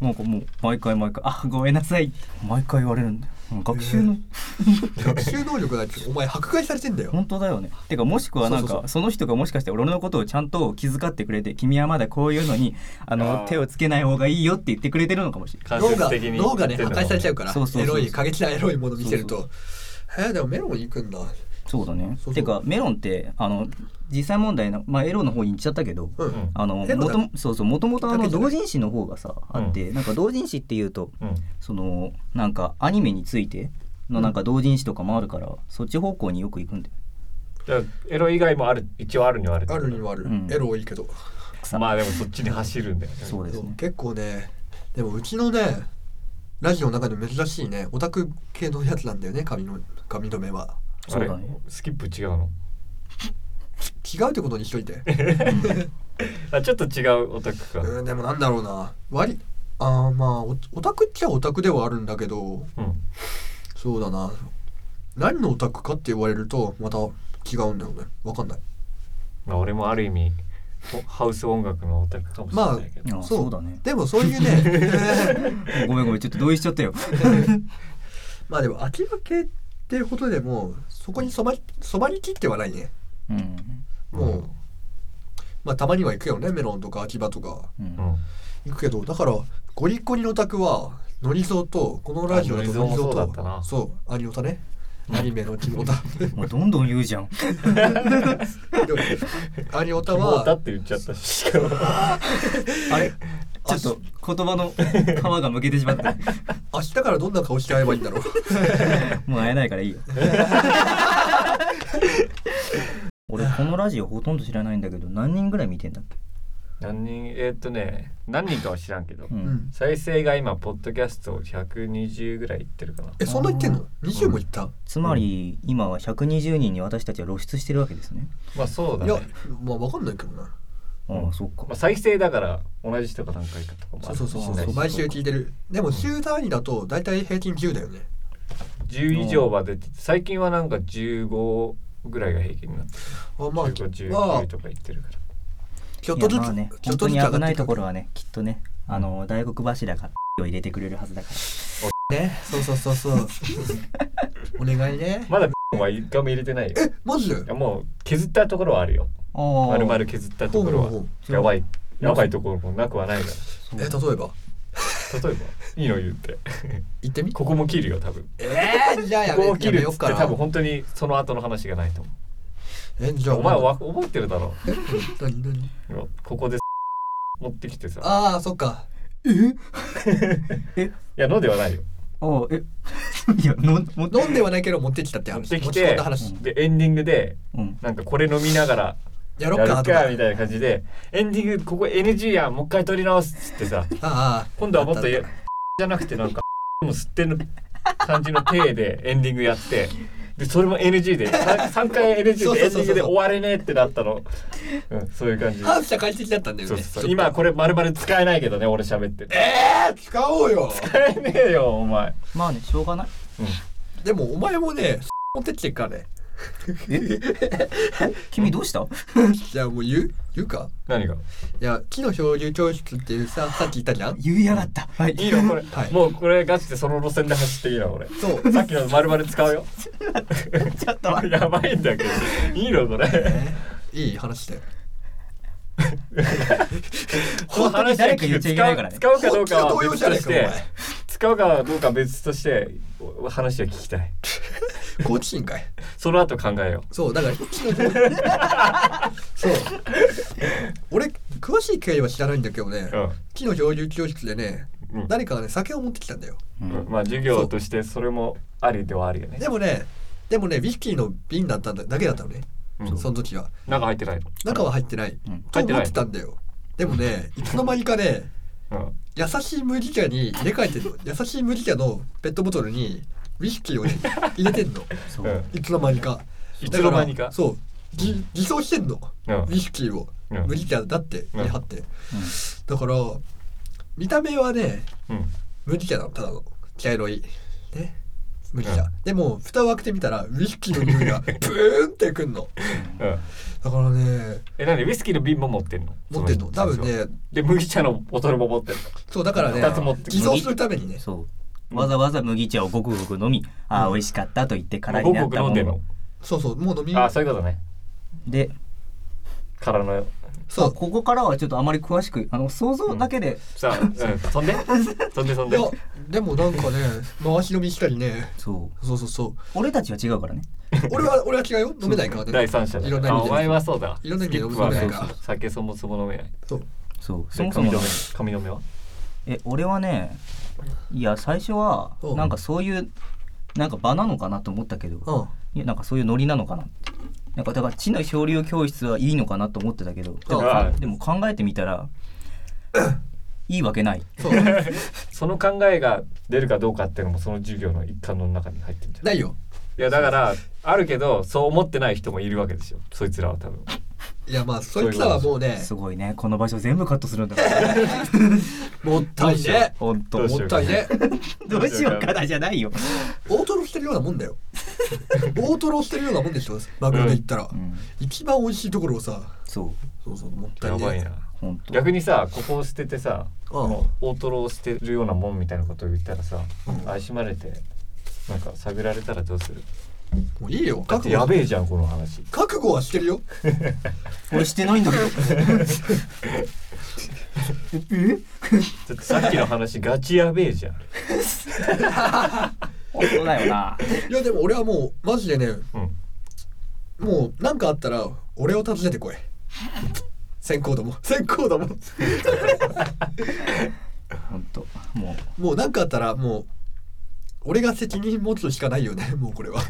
[SPEAKER 3] うなんかもう毎回毎回「あごめんなさい」毎回言われるんだようん学習の、
[SPEAKER 1] 学習能力ないってお前迫害されてんだよ
[SPEAKER 3] 本当だよねてかもしくはなん
[SPEAKER 1] そ
[SPEAKER 3] か
[SPEAKER 1] う
[SPEAKER 3] そ
[SPEAKER 1] そうそ
[SPEAKER 3] の人がもしかして俺のことをちゃんと気遣ってくれて君はまだこういうのにあの
[SPEAKER 2] あー
[SPEAKER 3] 手をつけない方がいいよって言ってくれてるのかもしれない
[SPEAKER 2] 間
[SPEAKER 1] 脳
[SPEAKER 2] 接
[SPEAKER 1] が
[SPEAKER 2] 的に
[SPEAKER 1] 脳がね
[SPEAKER 2] 言
[SPEAKER 1] 破
[SPEAKER 2] ってんだもん
[SPEAKER 1] 壊されちゃうから
[SPEAKER 3] そうそうそう
[SPEAKER 1] エ
[SPEAKER 3] そう
[SPEAKER 1] ロい過激なエロいもの見せるとえーでもメロンに行くんだ
[SPEAKER 3] そうだね
[SPEAKER 1] そうそう
[SPEAKER 3] てかメロンってあの実際問題の、まあ、エロの方に行っちゃったけど、
[SPEAKER 1] うん
[SPEAKER 2] うん
[SPEAKER 3] あのも
[SPEAKER 1] エロだ
[SPEAKER 3] ともそうそうもともとあ
[SPEAKER 1] だけ
[SPEAKER 3] の
[SPEAKER 1] じゃな
[SPEAKER 3] 同
[SPEAKER 1] い
[SPEAKER 3] 人誌の方がさあって、なんか同人誌っていうと
[SPEAKER 2] うん
[SPEAKER 3] そのなんかアニメについてのなんか同人誌とかもあるから、そっち方向によく行くんだよ
[SPEAKER 2] じゃあエロ以外もある一応あるにはあるって
[SPEAKER 1] あ
[SPEAKER 2] こと
[SPEAKER 1] るにはある
[SPEAKER 3] うん
[SPEAKER 1] エロ多いけど
[SPEAKER 3] 草
[SPEAKER 2] まあでもそっちに走るんだよね
[SPEAKER 3] そうですね
[SPEAKER 1] 結構ねでもうちのねラジオの中でも珍しいねオタク系のやつなんだよね髪の髪留めは
[SPEAKER 2] あれ
[SPEAKER 3] そうだね
[SPEAKER 2] スキップ違うの
[SPEAKER 1] 違うってことにしといて
[SPEAKER 2] あちょっと違 うオタクか
[SPEAKER 1] うんでもなんだろうな割りあーまあおオタクっちゃオタクではあるんだけど
[SPEAKER 2] うん
[SPEAKER 1] そうだな何のオタクかって言われるとまた違うんだよねわかんない
[SPEAKER 2] まあ俺もある意味ほハウス音楽のオタクかもしれないけど、
[SPEAKER 3] あそうだね
[SPEAKER 1] でもそういうね
[SPEAKER 3] ごめんごめんちょっと同意しちゃったよ
[SPEAKER 1] まあでも秋葉系っていうことでもそこに染まり染まりきってはないね
[SPEAKER 3] うん、
[SPEAKER 1] もうまあたまには行くよねメロンとか秋葉とか
[SPEAKER 3] うん
[SPEAKER 2] うん
[SPEAKER 1] 行くけどだからゴリッゴリのオタクはノリゾーとこのラジオだと
[SPEAKER 2] あ
[SPEAKER 1] ノ
[SPEAKER 2] ノ
[SPEAKER 1] リ
[SPEAKER 2] リ
[SPEAKER 1] ゾ
[SPEAKER 2] ゾーもそう
[SPEAKER 1] ー
[SPEAKER 2] だった
[SPEAKER 1] と
[SPEAKER 2] な
[SPEAKER 1] そうアニオタねアニメのキモタ
[SPEAKER 3] もうどんどん言うじゃん
[SPEAKER 1] アニオタ
[SPEAKER 2] キモータ
[SPEAKER 1] は
[SPEAKER 2] って言っちゃったししかも
[SPEAKER 3] あれちょっと言葉の皮がむけてしまった
[SPEAKER 1] 明日からどんな顔して会えばいいんだろう
[SPEAKER 3] もう会えないからいいよ俺このラジオほとんど知らないんだけど何人ぐらい見てんだっけ、
[SPEAKER 2] 何人えーっとね何人かは知らんけど、
[SPEAKER 3] うん
[SPEAKER 1] うん
[SPEAKER 2] 再生が今ポッドキャスト120ぐらいいってるかな
[SPEAKER 1] えそんな言ってんの20も言った
[SPEAKER 3] つまり今は120人に私たちは露出してるわけですね
[SPEAKER 2] まあそうだ
[SPEAKER 1] い
[SPEAKER 2] ね
[SPEAKER 1] やまあわかんないけどな
[SPEAKER 3] ああ、
[SPEAKER 2] うん
[SPEAKER 3] そっか
[SPEAKER 2] まあ、再生だから同じ人が何回かとかもあ
[SPEAKER 1] そう
[SPEAKER 2] る
[SPEAKER 1] そうそう
[SPEAKER 3] あ
[SPEAKER 1] そ
[SPEAKER 3] ー
[SPEAKER 1] う毎週聞いてるでも週単位だと大体平均10だよね
[SPEAKER 2] 10以上は出てて最近はなんか15ぐらいが平均になって
[SPEAKER 1] あまあ
[SPEAKER 2] る15、
[SPEAKER 1] まあ
[SPEAKER 2] 19とか言ってるから
[SPEAKER 1] ちょっとず
[SPEAKER 3] いやまあ
[SPEAKER 1] つ
[SPEAKER 3] ね、
[SPEAKER 1] ちょっと
[SPEAKER 3] 本
[SPEAKER 1] ず
[SPEAKER 3] 当
[SPEAKER 1] つ
[SPEAKER 3] に
[SPEAKER 1] 上が
[SPEAKER 3] 危ない
[SPEAKER 1] って
[SPEAKER 3] と
[SPEAKER 1] く
[SPEAKER 3] ころはねきっとねあの大黒柱がを入れてくれるはずだから
[SPEAKER 1] ねそうそうそう そうお願いね
[SPEAKER 2] まだは一回も入れてないよ
[SPEAKER 1] えマジで
[SPEAKER 2] いやもう削ったところはあるよ
[SPEAKER 3] あ
[SPEAKER 2] 丸々削ったところ
[SPEAKER 1] ほうほう
[SPEAKER 2] は
[SPEAKER 1] ほ
[SPEAKER 3] う
[SPEAKER 2] やばいやばいところもなくはないか
[SPEAKER 1] え例えば
[SPEAKER 2] ら例えばいいの言って
[SPEAKER 1] 行ってみ
[SPEAKER 2] ここも切るよ多分
[SPEAKER 1] えー、じゃあやめ
[SPEAKER 2] ここを
[SPEAKER 1] や
[SPEAKER 2] 切る
[SPEAKER 1] め
[SPEAKER 2] っ
[SPEAKER 1] よ
[SPEAKER 2] つっ
[SPEAKER 1] ってか
[SPEAKER 2] 多分
[SPEAKER 1] な
[SPEAKER 2] 本当にその後の話がないと思
[SPEAKER 1] えじ
[SPEAKER 2] う
[SPEAKER 1] ゃあ
[SPEAKER 2] お前
[SPEAKER 1] なんだ
[SPEAKER 2] は覚えてるだろ
[SPEAKER 1] え何何
[SPEAKER 2] うここで持ってきてさ
[SPEAKER 1] ああそっか
[SPEAKER 2] いやのではないよ
[SPEAKER 3] ああえ いやのも
[SPEAKER 1] 飲んではないけど持ってきたって
[SPEAKER 2] 持っ
[SPEAKER 1] 話
[SPEAKER 2] てき
[SPEAKER 1] 持ち込ん
[SPEAKER 2] て
[SPEAKER 1] だ話
[SPEAKER 2] でエンディングで
[SPEAKER 3] うん
[SPEAKER 2] なんかこれ飲みながら
[SPEAKER 1] や
[SPEAKER 2] や
[SPEAKER 1] ろ
[SPEAKER 2] る
[SPEAKER 1] っか
[SPEAKER 2] か
[SPEAKER 1] な
[SPEAKER 2] み
[SPEAKER 1] とか
[SPEAKER 2] たいな感じでエンディングここ NG やんもう一回撮り直すっつって
[SPEAKER 1] あ
[SPEAKER 2] さ
[SPEAKER 1] あ
[SPEAKER 2] 今度はもっと
[SPEAKER 1] あ
[SPEAKER 2] や
[SPEAKER 1] たあ
[SPEAKER 2] じゃなくてなんか も吸ってる感じの体でエンディングやってでそれも NG で 3, 回 NG でエンデ
[SPEAKER 1] そうそうそうそう
[SPEAKER 2] ィングで終われねえってなったの、うん、そういう感じ
[SPEAKER 1] た反社会的だったんだよ
[SPEAKER 2] そう
[SPEAKER 1] ね
[SPEAKER 2] そうそう今これ丸々使えないけどね俺喋ってて
[SPEAKER 1] えー、使おうよ
[SPEAKER 2] 使えねえよお前
[SPEAKER 3] まあねしょうがない
[SPEAKER 1] でもお前もね 持ってきてっからね
[SPEAKER 3] 君どうした
[SPEAKER 1] じゃあもう言う言うか
[SPEAKER 2] 何が
[SPEAKER 1] いや木の漂流教室っていうささっき言ったじゃん
[SPEAKER 3] 言いやがったはい
[SPEAKER 2] いいのこ れ、
[SPEAKER 1] はい
[SPEAKER 2] もうこれガチでその路線で走っていいの俺
[SPEAKER 1] そう
[SPEAKER 2] さっきの丸々 使うよ
[SPEAKER 3] ちょっと待って
[SPEAKER 2] やばいんだけどいいのこれ
[SPEAKER 1] いい話だよ
[SPEAKER 3] 本当に誰か言っちゃいけないからね
[SPEAKER 2] 使う使うかどうか
[SPEAKER 1] こっ
[SPEAKER 2] は
[SPEAKER 1] ちが動揺
[SPEAKER 2] 別
[SPEAKER 1] じゃ
[SPEAKER 2] と
[SPEAKER 1] ねえかお前
[SPEAKER 2] して使うかどうかは別としてお話は聞きたい
[SPEAKER 1] 好奇心かい
[SPEAKER 2] その後考えよ
[SPEAKER 1] そうだから木の漂流そう俺詳しい経緯は知らないんだけどね
[SPEAKER 2] う、
[SPEAKER 1] 木の漂流教室でね
[SPEAKER 2] うんうん
[SPEAKER 1] 誰かがね酒を持ってきたんだよ
[SPEAKER 2] うんまあ授業としてそれもありではあるよね
[SPEAKER 1] でもねでもねウィスキーの瓶だったんだだけだったのね
[SPEAKER 2] うん
[SPEAKER 1] その時は
[SPEAKER 2] 中入ってないの
[SPEAKER 1] 中は入ってない、
[SPEAKER 3] うん
[SPEAKER 1] と思ってたんだよでもねいつの間にかね
[SPEAKER 2] うん
[SPEAKER 1] 優しい麦茶に入れ替えてるの優しい麦茶のペットボトルにウイスキーをね入れてんの
[SPEAKER 3] そうう。
[SPEAKER 1] いつの間にか
[SPEAKER 2] いつの間に
[SPEAKER 1] だら
[SPEAKER 2] か
[SPEAKER 1] そう偽偽装してんの
[SPEAKER 2] うん
[SPEAKER 1] ウイスキーを
[SPEAKER 2] うん
[SPEAKER 1] 麦茶だって
[SPEAKER 2] うん
[SPEAKER 1] 言い張ってだから見た目はね
[SPEAKER 2] うん
[SPEAKER 1] 麦茶なのただの茶色いね麦
[SPEAKER 2] う
[SPEAKER 1] 茶でも蓋を開けてみたらウイスキーの匂い がブーンってくんの
[SPEAKER 2] うん
[SPEAKER 1] だからね
[SPEAKER 2] えなんでウイスキーの瓶も持ってんの
[SPEAKER 1] 持ってんの多分ね
[SPEAKER 2] で麦茶のボトルも持ってんの
[SPEAKER 1] そうだからね
[SPEAKER 2] 二つ持って
[SPEAKER 1] 偽装するためにね
[SPEAKER 3] そう。わざわざ麦茶をごくごく飲み、ああ、美味しかったと言って空にな
[SPEAKER 2] ご
[SPEAKER 3] っ
[SPEAKER 2] く
[SPEAKER 3] た
[SPEAKER 2] 飲
[SPEAKER 3] も
[SPEAKER 2] んでん
[SPEAKER 3] の
[SPEAKER 2] の。
[SPEAKER 1] そうそうもう飲み
[SPEAKER 2] あそういうことね
[SPEAKER 3] で、
[SPEAKER 2] 空の
[SPEAKER 1] そ
[SPEAKER 3] こ
[SPEAKER 1] う
[SPEAKER 3] こからはちょっとあまり詳しく、あの想像だけで、
[SPEAKER 2] さあ、うん、飛んで飛んで飛ん
[SPEAKER 1] い
[SPEAKER 2] で
[SPEAKER 1] やでもなんかね回し飲みしたりね
[SPEAKER 3] そう。
[SPEAKER 1] そうそうそう
[SPEAKER 3] 俺たちは違うからね。
[SPEAKER 1] 俺は俺は違うよ飲めないからね
[SPEAKER 2] 第三者で
[SPEAKER 1] いろんな意
[SPEAKER 2] あ
[SPEAKER 1] 味
[SPEAKER 2] お
[SPEAKER 1] で
[SPEAKER 2] 前はそうだ
[SPEAKER 1] いろんな意味で
[SPEAKER 2] スキップは
[SPEAKER 1] 飲めない
[SPEAKER 2] そ
[SPEAKER 1] か
[SPEAKER 2] うそう酒そもそも飲めない
[SPEAKER 1] そう
[SPEAKER 3] そう。そ
[SPEAKER 2] で
[SPEAKER 3] もそ
[SPEAKER 2] 髪
[SPEAKER 3] もね
[SPEAKER 2] の毛髪の目は
[SPEAKER 3] え、俺はね、いや、最初は
[SPEAKER 1] う、ん
[SPEAKER 3] なんかそういう、なんか場なのかなと思ったけど、
[SPEAKER 1] うん
[SPEAKER 3] いやなんかそういうノリなのかなってなんかだから地の漂流教室はいいのかなと思ってたけどでも
[SPEAKER 2] ああ
[SPEAKER 3] でも考えてみた らいいわけない
[SPEAKER 1] そう
[SPEAKER 2] その考えが出るかどうかっていうのもその授業の一環の中に入ってるんじゃない
[SPEAKER 1] ないよ
[SPEAKER 2] いやだからあるけどそう思ってない人もいるわけですよそいつらは多分
[SPEAKER 1] いやまあそいつらはもうね
[SPEAKER 3] すごいねこの場所全部カットするんだ からね
[SPEAKER 1] もったいね
[SPEAKER 3] ほん
[SPEAKER 2] ど
[SPEAKER 3] と
[SPEAKER 2] うし
[SPEAKER 1] も
[SPEAKER 2] よ
[SPEAKER 1] ったいね
[SPEAKER 3] どうしようかなじゃないよ、
[SPEAKER 1] 大トロしてるようなもんだよ大トロしてるようなもんでしょマグロで言ったら、
[SPEAKER 3] うん、
[SPEAKER 1] 一番美味しいところをさ
[SPEAKER 3] そう
[SPEAKER 1] そうそうもったい
[SPEAKER 2] や
[SPEAKER 1] ね
[SPEAKER 2] ばいな
[SPEAKER 3] ほんと
[SPEAKER 2] 逆にさここを捨ててさ
[SPEAKER 1] うん
[SPEAKER 2] もう大トロを捨てるようなもんみたいなことを言ったらさ、
[SPEAKER 1] うん
[SPEAKER 2] 怪しまれてなんか探られたらどうする
[SPEAKER 1] もういいよ
[SPEAKER 2] だ
[SPEAKER 1] 覚悟
[SPEAKER 2] ってや
[SPEAKER 1] は
[SPEAKER 2] べえじゃんこの話
[SPEAKER 1] 覚悟はしてるよ
[SPEAKER 3] 俺してないんだけどえ
[SPEAKER 2] だってさっきの話ガチやべえじゃん
[SPEAKER 3] 本当だよない
[SPEAKER 1] やでも俺はもうマジでね
[SPEAKER 2] うん
[SPEAKER 1] もうなんかあったら俺を訪ねてこい先行ども先行ども
[SPEAKER 3] 本当もう
[SPEAKER 1] もうなんかあったらもう俺が責任持つしかないよねもうこれは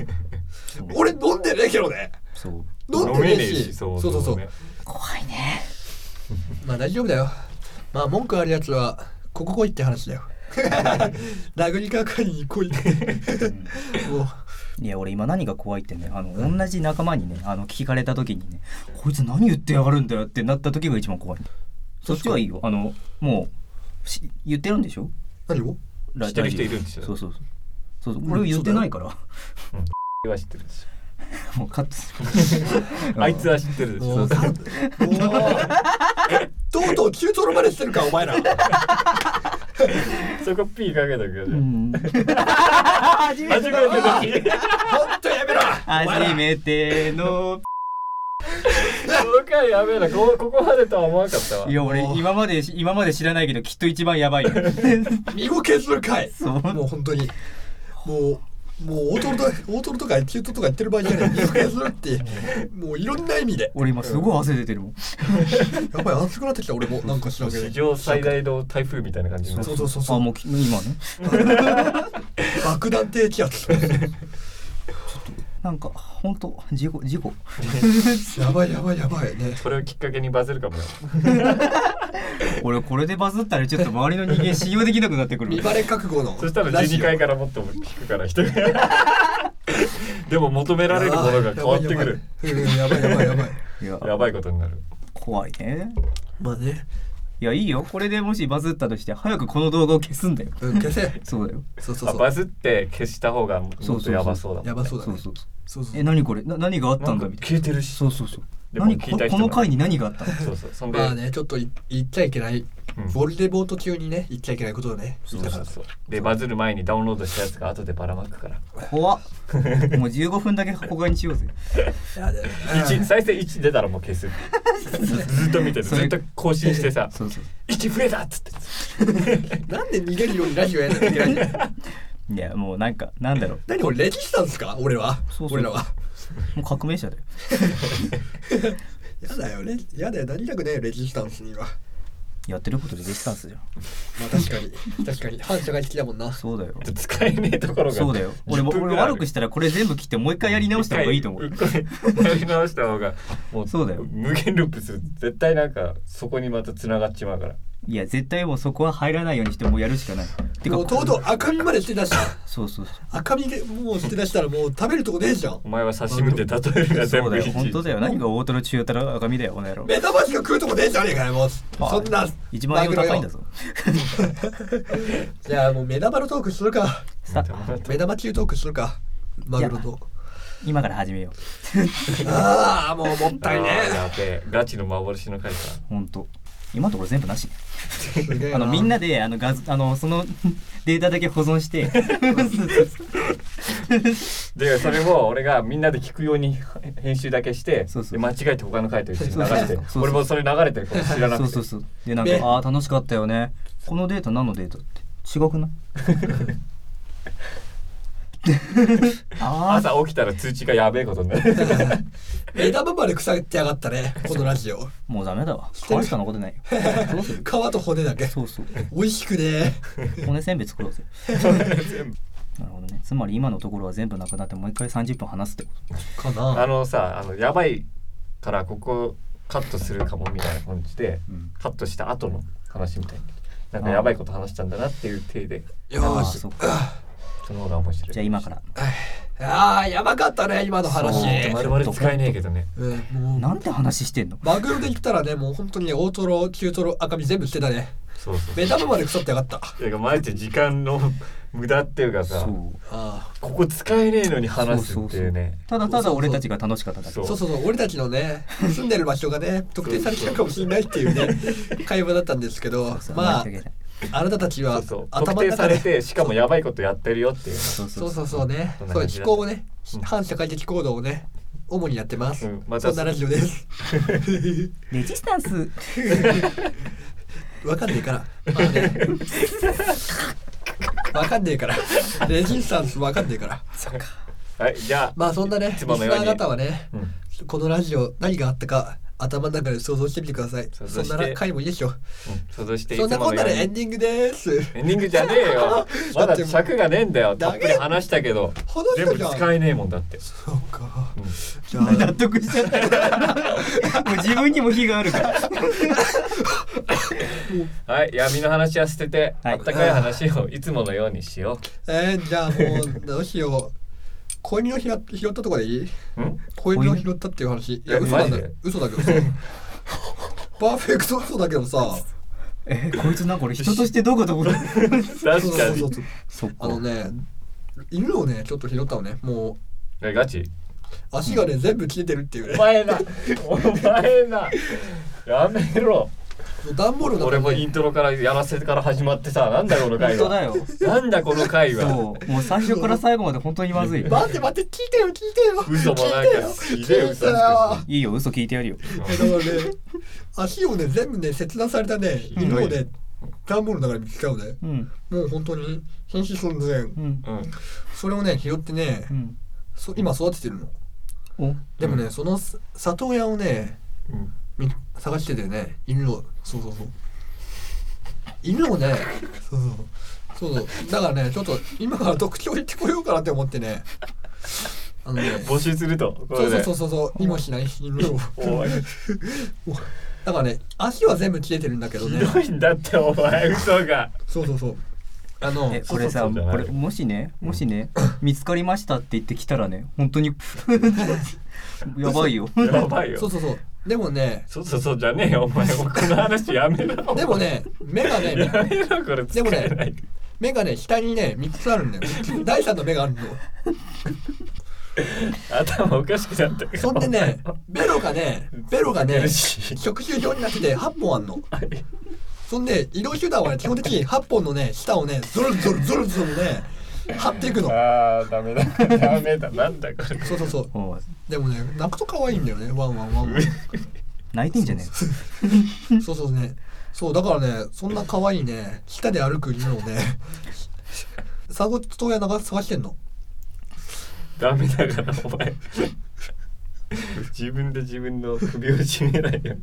[SPEAKER 3] そう
[SPEAKER 1] 俺飲んでねえけどね
[SPEAKER 3] そう
[SPEAKER 1] 飲んでねえし
[SPEAKER 2] そう
[SPEAKER 1] そうそうそう
[SPEAKER 2] ね
[SPEAKER 3] 怖いね
[SPEAKER 1] まあ大丈夫だよまあ文句あるやつはここ来いって話 だよ殴りかかりに来いっても
[SPEAKER 3] いや俺今何が怖いってねあの同じ仲間にねあの聞かれた時にね「こいつ何言ってやがるんだよ」ってなった時が一番怖いそっちはいいよあのもうし言ってるんでしょ
[SPEAKER 1] う何を
[SPEAKER 3] ラ
[SPEAKER 2] 知ってる人
[SPEAKER 3] ラジオ
[SPEAKER 2] いるんでしょ
[SPEAKER 3] そうそうそうそうそう
[SPEAKER 1] うん
[SPEAKER 3] 俺は言ってないから、
[SPEAKER 2] は知ってるでし
[SPEAKER 3] もうカットす
[SPEAKER 2] ょ
[SPEAKER 3] る
[SPEAKER 2] あいつは知ってるでし
[SPEAKER 1] も
[SPEAKER 2] ょ
[SPEAKER 1] うかもうとうとう中トロまでしてるかお前ら
[SPEAKER 2] そこ P かけとくよじ
[SPEAKER 3] う
[SPEAKER 2] ゃ
[SPEAKER 3] ん初
[SPEAKER 2] あ初
[SPEAKER 3] めて
[SPEAKER 2] めての
[SPEAKER 1] ほんとやめろお前
[SPEAKER 3] 初
[SPEAKER 1] ら
[SPEAKER 3] めての
[SPEAKER 2] そうかやべえなこここまでとは思わなかったわ
[SPEAKER 3] いや俺
[SPEAKER 1] もう
[SPEAKER 3] 今まで今まで知らないけどきっと一番やば いよ
[SPEAKER 1] 身を削るかい
[SPEAKER 3] そう
[SPEAKER 1] もう本当にもうもう大トロと大トロとかキュートとか言ってる場合じゃない身を削るってもういろんな意味で
[SPEAKER 3] 俺今すごい汗出てるもん
[SPEAKER 1] やばい熱くなってきた俺もなんかしなきゃ
[SPEAKER 2] 史上最大の台風みたいな感じの
[SPEAKER 1] そうそうそうそう
[SPEAKER 3] あもうき今ね
[SPEAKER 1] 爆弾低気圧
[SPEAKER 3] なんか本当事故事故
[SPEAKER 1] やばいやばいやばいね
[SPEAKER 2] これをきっかけにバズるかもよ
[SPEAKER 3] 俺これでバズったらちょっと周りの人間信用できなくなってく
[SPEAKER 1] 見
[SPEAKER 3] る
[SPEAKER 1] バレ覚悟の
[SPEAKER 2] そしたら
[SPEAKER 1] ラジオ
[SPEAKER 2] 12階からもっと聞くから人が でも求められるものが変わってくる
[SPEAKER 1] やばいやばいやばいうんやばいやばいやばい
[SPEAKER 3] いや
[SPEAKER 2] やばいことになる
[SPEAKER 3] 怖いね
[SPEAKER 1] まあね、
[SPEAKER 3] いやいいよこれでもしバズったとして早くこの動画を消すんだよ
[SPEAKER 1] うん、消せ
[SPEAKER 3] そうだよ
[SPEAKER 1] そうそう
[SPEAKER 2] あ
[SPEAKER 1] そう
[SPEAKER 2] バズって消した方がも
[SPEAKER 3] そう
[SPEAKER 2] っ
[SPEAKER 3] そうそ
[SPEAKER 2] と
[SPEAKER 3] う
[SPEAKER 2] やばそうだもん
[SPEAKER 1] やばそうだ
[SPEAKER 3] そ
[SPEAKER 1] ね
[SPEAKER 3] うそうそ
[SPEAKER 1] そ
[SPEAKER 3] う
[SPEAKER 1] うそう
[SPEAKER 3] え何これな何があったんだ
[SPEAKER 2] なん
[SPEAKER 3] み
[SPEAKER 2] か
[SPEAKER 3] たい
[SPEAKER 2] 消えてる
[SPEAKER 3] な
[SPEAKER 2] し
[SPEAKER 3] そうそうそう
[SPEAKER 2] でも
[SPEAKER 3] 何
[SPEAKER 2] 聞い
[SPEAKER 3] こ
[SPEAKER 2] た人
[SPEAKER 3] この回に何があったの
[SPEAKER 2] そうそうそんで、
[SPEAKER 1] まあねちょっとい言っちゃいけない
[SPEAKER 2] うん
[SPEAKER 1] ボルデボート中にね言っちゃいけないことをね
[SPEAKER 2] そ
[SPEAKER 1] 言
[SPEAKER 2] う
[SPEAKER 1] ったか
[SPEAKER 2] そ
[SPEAKER 1] ら
[SPEAKER 2] うそうでバズる前にダウンロードしたやつが後でばらまくから
[SPEAKER 3] 怖っもう15分だけ箱買いにしようぜ
[SPEAKER 1] いやで
[SPEAKER 2] 1再生1出たらもう 消すずっと見てる
[SPEAKER 3] そ
[SPEAKER 2] ず
[SPEAKER 3] れ
[SPEAKER 2] っと更新してさ
[SPEAKER 3] そうそう
[SPEAKER 2] 1増えたっつって
[SPEAKER 1] なんで逃げるようにラジオやんなきゃいけないの
[SPEAKER 3] いやもうなんかなんだろう
[SPEAKER 1] 何俺レジしたんですか俺は
[SPEAKER 3] そうそう
[SPEAKER 1] 俺らは
[SPEAKER 3] もう革命者だよ
[SPEAKER 1] やだよレジやだよなりたくねえよレジスタンスには
[SPEAKER 3] やってることでデスタンスじゃん
[SPEAKER 1] まあ確か に確かに反社会的だもんな
[SPEAKER 3] そうだよ
[SPEAKER 2] 使えねえところが
[SPEAKER 3] そうだよ俺も俺悪くしたらこれ全部切ってもう一回やり直した方がいいと思う
[SPEAKER 2] 一回一回やり直した方がもう
[SPEAKER 3] そうだよ
[SPEAKER 2] 無限ループする絶対なんかそこにまた繋がっちまうから
[SPEAKER 3] いや絶対もうそこは入らないようにしてもうやるしかないてか
[SPEAKER 1] もうとうとう赤身まで捨て出した
[SPEAKER 3] そうそうそう
[SPEAKER 1] 赤身でもう捨て出したらもう食べるとこねえじゃん
[SPEAKER 2] お前は刺身で例えるが全
[SPEAKER 3] そう
[SPEAKER 2] 部
[SPEAKER 3] だ
[SPEAKER 2] 一
[SPEAKER 3] よ本当だよ何が大トロ中トロ赤身だよこの野郎
[SPEAKER 1] メタバースが食うとこねえじゃねえかよもうそんな
[SPEAKER 3] 一万円も高いんだぞ
[SPEAKER 1] じゃあもう目玉のトークするか
[SPEAKER 3] さ
[SPEAKER 1] 目玉級トークするかマグロと
[SPEAKER 3] 今から始めよう
[SPEAKER 1] ああもうもった
[SPEAKER 2] あ
[SPEAKER 1] いね
[SPEAKER 2] ーやべえガチの幻の回か
[SPEAKER 3] 本当今のところ全部なしね
[SPEAKER 1] すげえ
[SPEAKER 3] あのみんなであの画像あのその データだけ保存して
[SPEAKER 2] でそれを俺がみんなで聞くように編集だけして
[SPEAKER 3] そうそ
[SPEAKER 2] で
[SPEAKER 3] う
[SPEAKER 2] 間違えて他の回と一緒に流
[SPEAKER 3] そう
[SPEAKER 2] し
[SPEAKER 3] そう
[SPEAKER 2] て
[SPEAKER 3] そうそう
[SPEAKER 2] 俺もそれ流れてるかも知らな
[SPEAKER 3] そう
[SPEAKER 2] く
[SPEAKER 3] そう
[SPEAKER 2] て
[SPEAKER 3] そうでなん
[SPEAKER 1] ね
[SPEAKER 3] かあー楽しかったよねこのデータ何のデータって違くないあ
[SPEAKER 2] 朝
[SPEAKER 3] あ
[SPEAKER 2] 起きたら通知がやべえことに なる
[SPEAKER 1] 目玉まで腐ってやがったねこのラジオ
[SPEAKER 3] もうダメだわ
[SPEAKER 1] てる
[SPEAKER 3] 皮しか残って ないよどうする
[SPEAKER 1] 皮と骨だけ
[SPEAKER 3] そうそう
[SPEAKER 1] 美味しくね
[SPEAKER 3] 骨せんべい作ろうぜなるほどねつまり今のところは全部なくなってもう一回30分話すってこ
[SPEAKER 1] か
[SPEAKER 2] あ
[SPEAKER 1] な
[SPEAKER 2] のさあのやばいからここカットするかもみたいな感じで
[SPEAKER 3] と、うん
[SPEAKER 2] カットした後の話みたいななんかやばいこと話したんだなっていう体で
[SPEAKER 1] よ
[SPEAKER 3] あ
[SPEAKER 1] ー
[SPEAKER 3] あ
[SPEAKER 1] し
[SPEAKER 3] そっか
[SPEAKER 2] その方が面白い
[SPEAKER 3] じゃあ今から
[SPEAKER 1] ああやばかったね今の話
[SPEAKER 3] そう
[SPEAKER 2] まるまる使えねえけどね
[SPEAKER 1] うんもう
[SPEAKER 3] なんて話してんの
[SPEAKER 1] マグロで言ったらねもう本当に大トロ中トロ赤身全部捨てたね
[SPEAKER 2] そうそう
[SPEAKER 1] 目玉まで腐ってやがったあ
[SPEAKER 2] てかマジで時間の無駄っていうかさ
[SPEAKER 3] そう
[SPEAKER 1] あ
[SPEAKER 2] ここ使えねえのに話すっていうね
[SPEAKER 3] ただただ俺たちが楽しかっただけ
[SPEAKER 2] そう
[SPEAKER 1] そうそうそう俺たちの ね住んでる場所がね特定されちゃうかもしれないっていうね会話だったんですけど
[SPEAKER 3] そう
[SPEAKER 1] まあ
[SPEAKER 3] 申し訳ない
[SPEAKER 1] あなたたち
[SPEAKER 2] そ
[SPEAKER 1] は
[SPEAKER 2] うそう特
[SPEAKER 1] 頭の
[SPEAKER 2] 定さ
[SPEAKER 1] 中
[SPEAKER 2] れ
[SPEAKER 1] で
[SPEAKER 2] てしかもやばいことやってるよっていう
[SPEAKER 3] そう
[SPEAKER 1] そ
[SPEAKER 3] そううそ
[SPEAKER 1] そううそうね
[SPEAKER 2] そんな
[SPEAKER 1] そう
[SPEAKER 2] 感じ
[SPEAKER 1] 思
[SPEAKER 2] だ
[SPEAKER 1] 考をね
[SPEAKER 2] うん
[SPEAKER 1] 反社会的行動をね主にやってます
[SPEAKER 2] うんまた
[SPEAKER 1] そんなラジオです
[SPEAKER 3] レジスタンス
[SPEAKER 1] わかんねえから。まあ ねわかんねえから。レジスタンスわかんねえから。
[SPEAKER 2] はいじゃあ、
[SPEAKER 1] まあそんなね、リス
[SPEAKER 2] つ
[SPEAKER 1] ナ
[SPEAKER 2] ものよう
[SPEAKER 1] ー
[SPEAKER 2] に
[SPEAKER 1] 方はね、
[SPEAKER 2] うん
[SPEAKER 1] このラジオ何があったか頭の中で想像してみてください。そ
[SPEAKER 2] 想像して
[SPEAKER 1] んな回もいいでしょ。
[SPEAKER 2] 想像していつ
[SPEAKER 1] そ
[SPEAKER 2] も
[SPEAKER 1] んなこ
[SPEAKER 2] の
[SPEAKER 1] ん
[SPEAKER 2] よ
[SPEAKER 1] な
[SPEAKER 2] う
[SPEAKER 1] でエ
[SPEAKER 2] に
[SPEAKER 1] ンディングです。
[SPEAKER 2] エンディングじゃねえよまだ尺がねえんだよたっぷり話したけど
[SPEAKER 1] 話したじ
[SPEAKER 2] 全
[SPEAKER 1] ゃん
[SPEAKER 2] 部使えねえもんだって
[SPEAKER 1] そうか。じゃ
[SPEAKER 3] 納得しちゃったもう自分にも火があるから
[SPEAKER 2] はい闇の話は捨てて、
[SPEAKER 3] はい
[SPEAKER 2] あったかい話をいつものようにしよ
[SPEAKER 1] あ、えー、じゃあもうどうしよう。子犬を拾った拾ったとこでいい
[SPEAKER 2] う。ん
[SPEAKER 1] 子犬を拾ったっていう話。いや、
[SPEAKER 2] え
[SPEAKER 1] 嘘なんだ
[SPEAKER 2] マジ
[SPEAKER 1] よ
[SPEAKER 2] で。
[SPEAKER 1] 嘘だけどさ。パーフェクト嘘だけどさ。
[SPEAKER 3] えこいつなんか俺人としてどうかと思う
[SPEAKER 1] そう
[SPEAKER 2] 確か
[SPEAKER 1] そう
[SPEAKER 2] に
[SPEAKER 1] そうそう。
[SPEAKER 3] そっ
[SPEAKER 1] あのね、犬をね、ちょっと拾ったのね。も
[SPEAKER 2] えガチ
[SPEAKER 1] う、足がね、全部切れてるっていう
[SPEAKER 2] お
[SPEAKER 1] ね。
[SPEAKER 2] 前なお前なやめろ
[SPEAKER 1] 段ボールの
[SPEAKER 2] 俺
[SPEAKER 1] 中
[SPEAKER 2] も
[SPEAKER 1] に
[SPEAKER 2] イントロからやらせてから始まってさなんだこの
[SPEAKER 3] 本
[SPEAKER 2] 回
[SPEAKER 3] 当だ
[SPEAKER 2] は
[SPEAKER 3] よ
[SPEAKER 2] なんだこの回は
[SPEAKER 3] そうもう最初から最後まで本当にまずい
[SPEAKER 1] 待って待って、聞いてよ、聞いてよ。
[SPEAKER 2] 嘘もなんかひでえ嘘つくし
[SPEAKER 1] 聞いた
[SPEAKER 3] いいよ嘘聞いてやるよ
[SPEAKER 1] えだからね、足をね、全部ね、切断されたね、
[SPEAKER 2] どい
[SPEAKER 1] 犬をね、段ボールの中に見つかうね。
[SPEAKER 3] うん
[SPEAKER 1] もう本当に、変死寸前。
[SPEAKER 3] うん
[SPEAKER 2] うん
[SPEAKER 1] それをね、拾ってね
[SPEAKER 3] う、ん
[SPEAKER 1] そ今育ててるの。
[SPEAKER 3] お
[SPEAKER 1] でもね、そのさ里親をね、
[SPEAKER 2] うん
[SPEAKER 1] み探しててね犬をそうそうそう犬をねそうそうそうそうだからねちょっと今から特徴言ってこようかなって思ってねあのね
[SPEAKER 2] 募集するとこ
[SPEAKER 1] そ
[SPEAKER 2] れ
[SPEAKER 1] う
[SPEAKER 2] で
[SPEAKER 1] そうそうそう今しない犬を
[SPEAKER 2] おい
[SPEAKER 1] だからね足は全部切れてるんだけど
[SPEAKER 2] ひ
[SPEAKER 1] ね
[SPEAKER 2] どいんだってお前嘘が
[SPEAKER 1] そうそうそうあの
[SPEAKER 3] え
[SPEAKER 2] そうそうそう
[SPEAKER 3] これさ
[SPEAKER 2] じゃない
[SPEAKER 3] これもしねもしね見つかりましたって言ってきたらね本 当にやばいよ
[SPEAKER 2] やばい
[SPEAKER 1] そう
[SPEAKER 2] よ
[SPEAKER 1] そうそうでもね
[SPEAKER 2] そうそうそうじゃねえよお前もうこの話やめろ
[SPEAKER 1] でもね目がね
[SPEAKER 2] やめろこれ使
[SPEAKER 1] で
[SPEAKER 2] え
[SPEAKER 1] も
[SPEAKER 2] な
[SPEAKER 1] ね
[SPEAKER 2] い
[SPEAKER 1] 目がね下にね3つあるんだよ第三の目があるの
[SPEAKER 2] 頭おかしくなった
[SPEAKER 1] そんでねベロがねベロが
[SPEAKER 2] ヘ
[SPEAKER 1] ね
[SPEAKER 2] ルシー
[SPEAKER 1] 食中表になってて8本あんのそんで移動手段はね基本的に8本のね舌をねゾルゾルゾルゾルね張っていくの
[SPEAKER 2] あーダメだダメだなんだこれ
[SPEAKER 1] そうそうそう
[SPEAKER 3] おう
[SPEAKER 1] でもね泣くと可愛いんだよねワンワンワンワン
[SPEAKER 3] 泣いてんじゃね
[SPEAKER 1] そうそうねそうだからねそんな可愛いね舌で歩く犬をねサゴトヤナが探してんの
[SPEAKER 2] ダメだからお前自分で自分の首を絞めないよ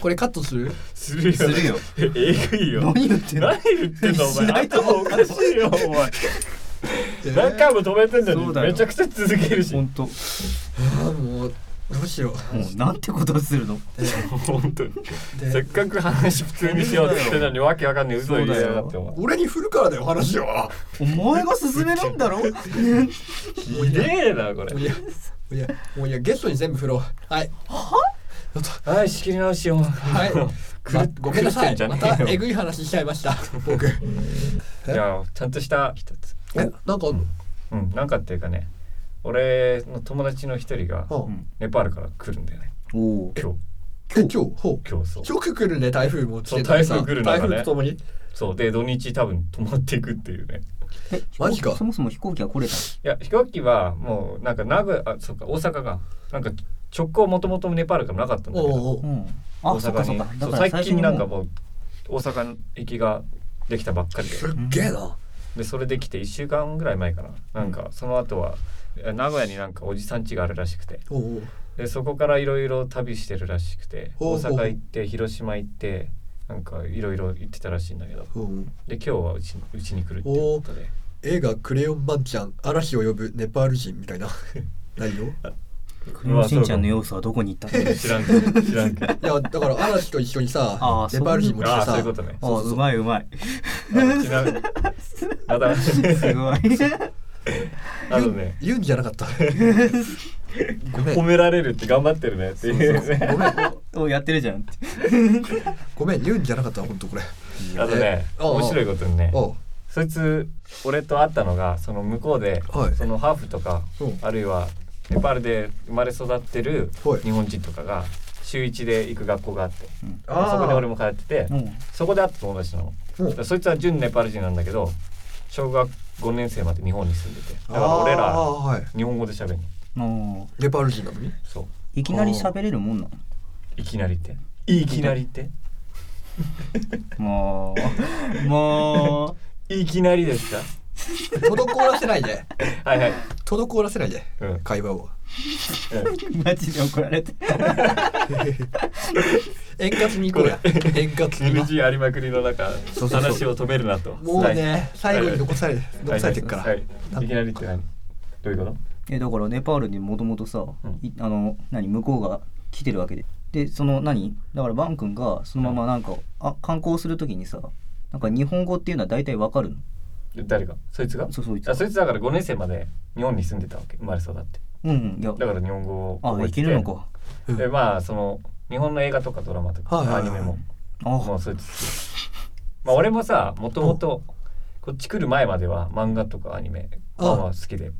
[SPEAKER 1] これカットする
[SPEAKER 2] するよ
[SPEAKER 3] するよ
[SPEAKER 2] えぐい
[SPEAKER 3] え
[SPEAKER 2] よ
[SPEAKER 3] 何言ってんの
[SPEAKER 2] 何言ってんのお
[SPEAKER 3] しな
[SPEAKER 2] 前
[SPEAKER 3] いと
[SPEAKER 2] 頭
[SPEAKER 3] 思
[SPEAKER 2] お
[SPEAKER 3] う
[SPEAKER 2] かしいよお前何回も止めてんだ
[SPEAKER 3] そう
[SPEAKER 2] よ
[SPEAKER 3] だよ
[SPEAKER 2] めちゃくちゃ続けるし
[SPEAKER 3] 本当
[SPEAKER 1] あーもうどうしよう。
[SPEAKER 3] もうなんてことをするの
[SPEAKER 1] え
[SPEAKER 2] 本当に
[SPEAKER 1] ーで
[SPEAKER 2] せっかく話普通にしようって言ってたのにわけわかんない嘘を言いやがってお前
[SPEAKER 1] 俺に振るからだよ話は。
[SPEAKER 3] お前が勧めるんだろ
[SPEAKER 2] ひでえなこれ
[SPEAKER 1] もういや、もういや、もういやゲストに全部振ろう。はい。
[SPEAKER 2] はい仕切り直しよう
[SPEAKER 1] はい。まごめんなさい。またえぐい話しちゃいました。僕。
[SPEAKER 2] じゃあちゃんとした一つ
[SPEAKER 1] え、なんかあんの
[SPEAKER 2] うんなんかっていうかね俺の友達の一人が
[SPEAKER 1] あ
[SPEAKER 3] うん
[SPEAKER 2] ネパールから来るんだよね
[SPEAKER 3] おお
[SPEAKER 2] 今日
[SPEAKER 1] え今日、ほう。
[SPEAKER 2] 今日そう
[SPEAKER 1] よく来るね、台風も来て
[SPEAKER 2] そう台風来るのが
[SPEAKER 1] 台
[SPEAKER 2] ね
[SPEAKER 1] 風とともに。
[SPEAKER 2] そうで土日多分泊まっていくっていうね
[SPEAKER 1] マジか
[SPEAKER 3] そもそも飛行機は来れた
[SPEAKER 2] いや飛行機はもうなんか名古屋あそっか大阪がなんか直行もともとネパールからなかったんだ
[SPEAKER 1] お
[SPEAKER 2] けど
[SPEAKER 1] うおう。
[SPEAKER 3] の、うん、
[SPEAKER 2] 大
[SPEAKER 3] あそっか
[SPEAKER 2] 阪
[SPEAKER 3] そっ
[SPEAKER 2] に
[SPEAKER 3] か
[SPEAKER 2] そう
[SPEAKER 3] だから
[SPEAKER 2] 最
[SPEAKER 3] 初
[SPEAKER 2] 近
[SPEAKER 3] に
[SPEAKER 2] な
[SPEAKER 3] もうん
[SPEAKER 2] かもう大阪の駅ができたばっかりです
[SPEAKER 1] っげえな。
[SPEAKER 2] でそれで来て1週間ぐらい前かななんかその後はえ名古屋になんかおじさん家があるらしくて
[SPEAKER 1] おうおう。
[SPEAKER 2] でそこからいろいろ旅してるらしくて
[SPEAKER 1] ほ
[SPEAKER 2] 大
[SPEAKER 1] うほう
[SPEAKER 2] 阪行って広島行ってなんかいろいろ行ってたらしいんだけど
[SPEAKER 1] おうおう
[SPEAKER 2] で今日はうちうちに来るっていうことで
[SPEAKER 1] 映画「クレヨンマンちゃん嵐を呼ぶネパール人」みたいな 内容い
[SPEAKER 3] クレヨンしんちゃんの要素はどこに行ったの
[SPEAKER 2] 知らんけど知らんけど
[SPEAKER 1] やだから嵐と一緒にさ
[SPEAKER 3] あー
[SPEAKER 1] ネパール人も来
[SPEAKER 2] あ
[SPEAKER 1] て
[SPEAKER 2] あそうい
[SPEAKER 1] さ
[SPEAKER 2] うことね
[SPEAKER 3] あうまい うまい
[SPEAKER 2] あのちなみに あだ
[SPEAKER 3] すごい
[SPEAKER 2] あのね
[SPEAKER 1] 言うんじゃなかった ごめん
[SPEAKER 2] 褒められるって頑張ってるねっていうね
[SPEAKER 1] ごめん
[SPEAKER 3] おやってるじゃんって
[SPEAKER 1] ごめん言うんじゃなかった本当これ
[SPEAKER 2] あとね
[SPEAKER 1] えおうおう
[SPEAKER 2] 面白いことにね
[SPEAKER 1] おう
[SPEAKER 2] そいつ俺と会ったのがその向こうで、
[SPEAKER 1] はい
[SPEAKER 2] そのハーフとか、
[SPEAKER 1] うん
[SPEAKER 2] あるいはネパールで生まれ育ってる
[SPEAKER 1] はい
[SPEAKER 2] 日本人とかが週一で行く学校があって、
[SPEAKER 3] うん
[SPEAKER 1] あー
[SPEAKER 2] そこで俺も通ってて、
[SPEAKER 3] うん
[SPEAKER 2] そこで会った友達なの、
[SPEAKER 1] うん
[SPEAKER 2] だからそいつは純ネパール人なんだけど小学5年生まで日本に住んでてだから俺
[SPEAKER 1] あ
[SPEAKER 2] ら
[SPEAKER 1] ーはい
[SPEAKER 2] 日本語で喋るの
[SPEAKER 3] も
[SPEAKER 1] ネパール人なのに
[SPEAKER 2] そう
[SPEAKER 3] ういきなり喋れるもんなの
[SPEAKER 2] いきなりっていきなりって
[SPEAKER 3] もうも
[SPEAKER 2] いきなりですか
[SPEAKER 1] 滞らせないで
[SPEAKER 2] はい はい、
[SPEAKER 1] 滞らせないで
[SPEAKER 2] うんうん
[SPEAKER 1] 会話を
[SPEAKER 3] う マジで怒ら れて
[SPEAKER 1] 円滑に行こうや円滑に
[SPEAKER 2] NG ありまくりの中
[SPEAKER 1] そうそうそう
[SPEAKER 2] 話を止めるなと
[SPEAKER 1] もう
[SPEAKER 2] はい
[SPEAKER 1] ね最後に残され残されてるから
[SPEAKER 2] はいはい
[SPEAKER 1] なん
[SPEAKER 2] いきなりって何どういうこと
[SPEAKER 3] えだからネパールにもともとさ、
[SPEAKER 2] うん
[SPEAKER 3] いあの何向こうが来てるわけででその何だからバン君がそのままなんか、あ観光するときにさなんか日本語っていうのは大体わかるの
[SPEAKER 2] 誰がそいつが
[SPEAKER 3] そうそういつ
[SPEAKER 2] あそいつだから5年生まで日本に住んでたわけ生まれ育って
[SPEAKER 3] うんうんいや
[SPEAKER 2] だから日本語を
[SPEAKER 3] あ
[SPEAKER 2] 覚え
[SPEAKER 3] い
[SPEAKER 2] て
[SPEAKER 3] け
[SPEAKER 2] て
[SPEAKER 3] るのか
[SPEAKER 1] うん
[SPEAKER 2] でまあその日本の映画とかドラマと
[SPEAKER 1] はいはいは
[SPEAKER 2] かア
[SPEAKER 1] い
[SPEAKER 2] ニメもも
[SPEAKER 3] あ
[SPEAKER 2] うそいつ好きまあ俺もさもともとこっち来る前までは漫画とかアニメ
[SPEAKER 1] あ
[SPEAKER 2] まあまあ好きで